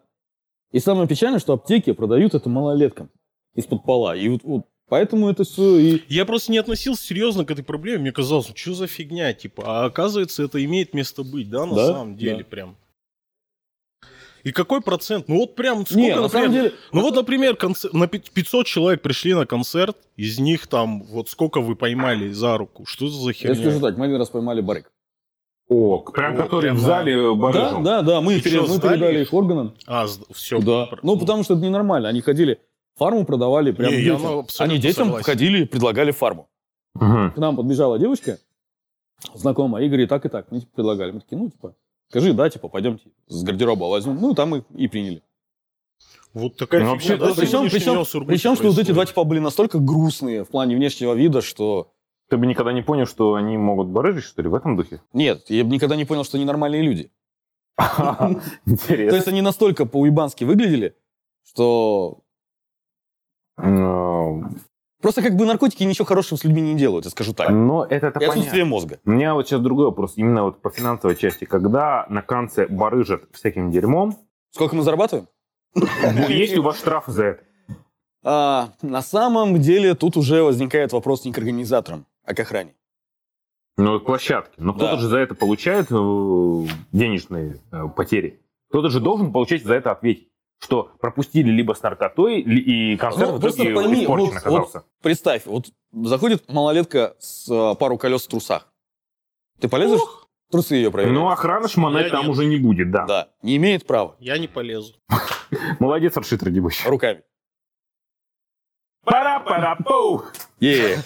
[SPEAKER 4] И самое печальное, что аптеки продают это малолеткам из-под пола. И вот, вот поэтому это все и...
[SPEAKER 1] Я просто не относился серьезно к этой проблеме, мне казалось, ну что за фигня, типа, а оказывается, это имеет место быть, да, на
[SPEAKER 4] Да,
[SPEAKER 1] самом деле,
[SPEAKER 4] да.
[SPEAKER 1] прям. И какой процент? Ну вот прям сколько,
[SPEAKER 4] Не, на
[SPEAKER 1] например,
[SPEAKER 4] самом деле...
[SPEAKER 1] Ну вот, например, конце- на пи- 500 человек пришли на концерт, из них там вот сколько вы поймали за руку? Что за
[SPEAKER 4] Я
[SPEAKER 1] херня?
[SPEAKER 4] скажу так, мы один раз поймали барыг.
[SPEAKER 2] О, прям который
[SPEAKER 1] прям,
[SPEAKER 2] в зале э,
[SPEAKER 4] Да,
[SPEAKER 2] барыжил.
[SPEAKER 4] да, да, мы,
[SPEAKER 1] И
[SPEAKER 4] пере-
[SPEAKER 1] чё,
[SPEAKER 4] мы
[SPEAKER 1] сдали
[SPEAKER 4] передали
[SPEAKER 1] их?
[SPEAKER 4] их органам.
[SPEAKER 1] А, все.
[SPEAKER 4] Да. Ну, потому что это ненормально. Они ходили, фарму продавали прям
[SPEAKER 1] Не, я
[SPEAKER 4] детям.
[SPEAKER 1] на- абсолютно
[SPEAKER 4] Они детям
[SPEAKER 1] согласен.
[SPEAKER 4] ходили, предлагали фарму.
[SPEAKER 2] Мгм.
[SPEAKER 4] к нам подбежала девочка, знакомая, и говорит, так и так, мы типа, предлагали. Мы такие, ну, типа, скажи, да, типа, пойдемте с гардероба возьмем. Ну, там их и приняли.
[SPEAKER 1] Вот такая
[SPEAKER 2] Ну,
[SPEAKER 1] фигня,
[SPEAKER 2] вообще,
[SPEAKER 1] да,
[SPEAKER 2] да,
[SPEAKER 1] сегодняшнего
[SPEAKER 4] причем,
[SPEAKER 1] дня
[SPEAKER 4] причем,
[SPEAKER 1] в Сургуте
[SPEAKER 4] причем, что вот эти
[SPEAKER 1] происходит.
[SPEAKER 4] два типа были настолько грустные в плане внешнего вида, что...
[SPEAKER 2] Ты бы никогда не понял, что они могут барыжить, что ли, в этом духе?
[SPEAKER 4] Нет, я бы никогда не понял, что они нормальные люди. То
[SPEAKER 2] Интересно.
[SPEAKER 4] есть они настолько по-уебански выглядели, что...
[SPEAKER 2] Ну,
[SPEAKER 4] Просто как бы наркотики ничего хорошего с людьми не делают, я скажу так.
[SPEAKER 2] Но это-то
[SPEAKER 4] И
[SPEAKER 2] понятно.
[SPEAKER 4] отсутствие мозга.
[SPEAKER 2] У меня вот сейчас другой вопрос, именно вот по финансовой части. Когда на конце барыжат всяким дерьмом,
[SPEAKER 4] Сколько мы зарабатываем?
[SPEAKER 2] ну, есть ли у вас штрафы за это?
[SPEAKER 4] А, на самом деле тут уже возникает вопрос не к организаторам, а к охране.
[SPEAKER 2] Ну, вот площадки. Но кто-то
[SPEAKER 4] Да.
[SPEAKER 2] же за это получает э, денежные э, потери. Кто-то же должен получать за это ответить, что пропустили либо с наркотой, ли- и концерт
[SPEAKER 4] Ну,
[SPEAKER 2] в
[SPEAKER 4] просто
[SPEAKER 2] итоге
[SPEAKER 4] пойми,
[SPEAKER 2] испорчен
[SPEAKER 4] вот-
[SPEAKER 2] оказался.
[SPEAKER 4] Представь, вот заходит малолетка с а, пару колес в трусах. Ты полезешь? Трусы ее проверят.
[SPEAKER 2] Ну, а. охрана шмонать
[SPEAKER 1] Я
[SPEAKER 2] там
[SPEAKER 1] нет.
[SPEAKER 2] уже не будет, да.
[SPEAKER 4] э, Да, не имеет права.
[SPEAKER 1] Я не полезу.
[SPEAKER 2] Молодец, Аршит Радивович.
[SPEAKER 4] Руками.
[SPEAKER 2] пара пара пау
[SPEAKER 4] е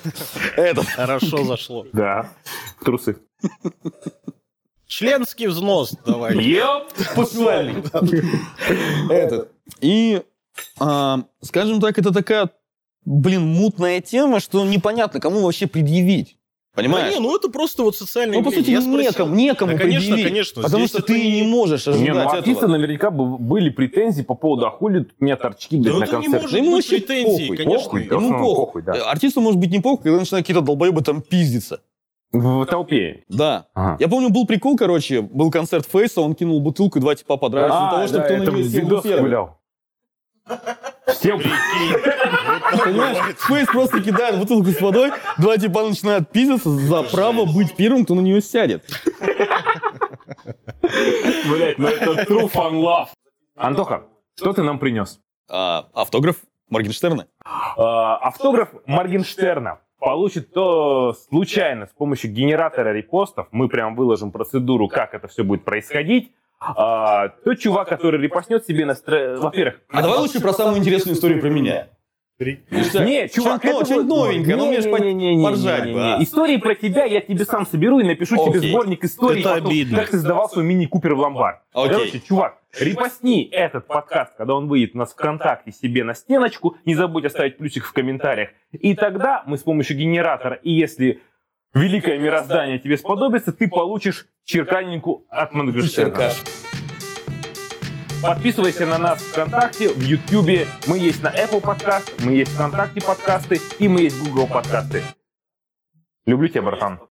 [SPEAKER 4] Это.
[SPEAKER 1] Хорошо зашло.
[SPEAKER 2] Да, в трусы.
[SPEAKER 1] Членский взнос давай.
[SPEAKER 2] Ёп!
[SPEAKER 4] Пунктуальный. Этот. И, а, скажем так, это такая, блин, мутная тема, что непонятно, кому вообще предъявить.
[SPEAKER 1] Да
[SPEAKER 4] Понимаешь?
[SPEAKER 1] не, ну это просто вот социальные
[SPEAKER 4] Ну, по
[SPEAKER 1] медиа.
[SPEAKER 4] сути,
[SPEAKER 1] Я спросил.
[SPEAKER 4] некому, некому
[SPEAKER 1] Да, конечно,
[SPEAKER 4] предъявить.
[SPEAKER 1] конечно,
[SPEAKER 4] Потому
[SPEAKER 1] здесь
[SPEAKER 4] что
[SPEAKER 1] это
[SPEAKER 4] ты
[SPEAKER 1] не-
[SPEAKER 4] не можешь ожидать
[SPEAKER 2] Не, ну, у
[SPEAKER 4] этого.
[SPEAKER 2] артиста наверняка бы- были претензии по поводу «А хули у меня торчки, блядь,
[SPEAKER 1] Да
[SPEAKER 2] на
[SPEAKER 1] это не
[SPEAKER 2] концерте?»
[SPEAKER 1] может
[SPEAKER 4] Ну, Ему
[SPEAKER 1] быть
[SPEAKER 4] вообще
[SPEAKER 1] претензий,
[SPEAKER 4] похуй,
[SPEAKER 1] конечно.
[SPEAKER 2] похуй,
[SPEAKER 1] нет.
[SPEAKER 2] да.
[SPEAKER 4] Ему
[SPEAKER 2] Ну,
[SPEAKER 4] похуй.
[SPEAKER 2] похуй, да.
[SPEAKER 4] Э, Артисту может быть не похуй, когда начинают какие-то долбоебы там пиздиться.
[SPEAKER 2] В толпе.
[SPEAKER 4] Да.
[SPEAKER 2] Ага.
[SPEAKER 4] Я помню, был прикол, короче, был концерт Фейса, он кинул бутылку и два типа подрались
[SPEAKER 2] А,
[SPEAKER 4] из-за того, чтобы
[SPEAKER 2] да,
[SPEAKER 4] кто на
[SPEAKER 2] это
[SPEAKER 4] нее сел
[SPEAKER 2] видос
[SPEAKER 4] первый.
[SPEAKER 2] гулял. Всем
[SPEAKER 4] Понимаешь? Фейс просто кидает бутылку с водой, два типа начинают пиздиться за право быть первым, кто на нее сядет.
[SPEAKER 2] блядь, ну это true fan love. Антоха, что ты нам принес?
[SPEAKER 4] А, автограф Моргенштерна?
[SPEAKER 2] А, Автограф Моргенштерна получит то случайно с помощью генератора репостов. Мы прям выложим процедуру, как это все будет происходить. А, тот чувак, который репостнет себе на стр- Во-первых,
[SPEAKER 4] А давай лучше про самую интересную историю про меня.
[SPEAKER 2] не, чувак,
[SPEAKER 4] что-нибудь
[SPEAKER 2] это вот-
[SPEAKER 4] новенькое, ну,
[SPEAKER 2] Не,
[SPEAKER 4] мне ж
[SPEAKER 2] не,
[SPEAKER 4] по-
[SPEAKER 2] не, не, не,
[SPEAKER 4] поржать
[SPEAKER 2] не,
[SPEAKER 4] бы,
[SPEAKER 2] не.
[SPEAKER 4] а.
[SPEAKER 2] Истории про тебя я тебе сам соберу и напишу тебе
[SPEAKER 4] Окей.
[SPEAKER 2] сборник историй.
[SPEAKER 1] Это
[SPEAKER 2] о том,
[SPEAKER 1] обидно.
[SPEAKER 2] Как ты сдавал свой мини-купер в ломбард.
[SPEAKER 4] Окей.
[SPEAKER 2] Короче, чувак, репостни этот подкаст, когда он выйдет у нас ВКонтакте себе на стеночку. Не забудь оставить плюсик в комментариях. И тогда мы с помощью генератора, и если великое мироздание тебе сподобится, ты получишь черканеньку от Мангерштерна. Подписывайся на нас ВКонтакте, в Ютьюбе. Мы есть на Apple подкаст, мы есть ВКонтакте подкасты и мы есть Google подкасты. Люблю тебя, братан.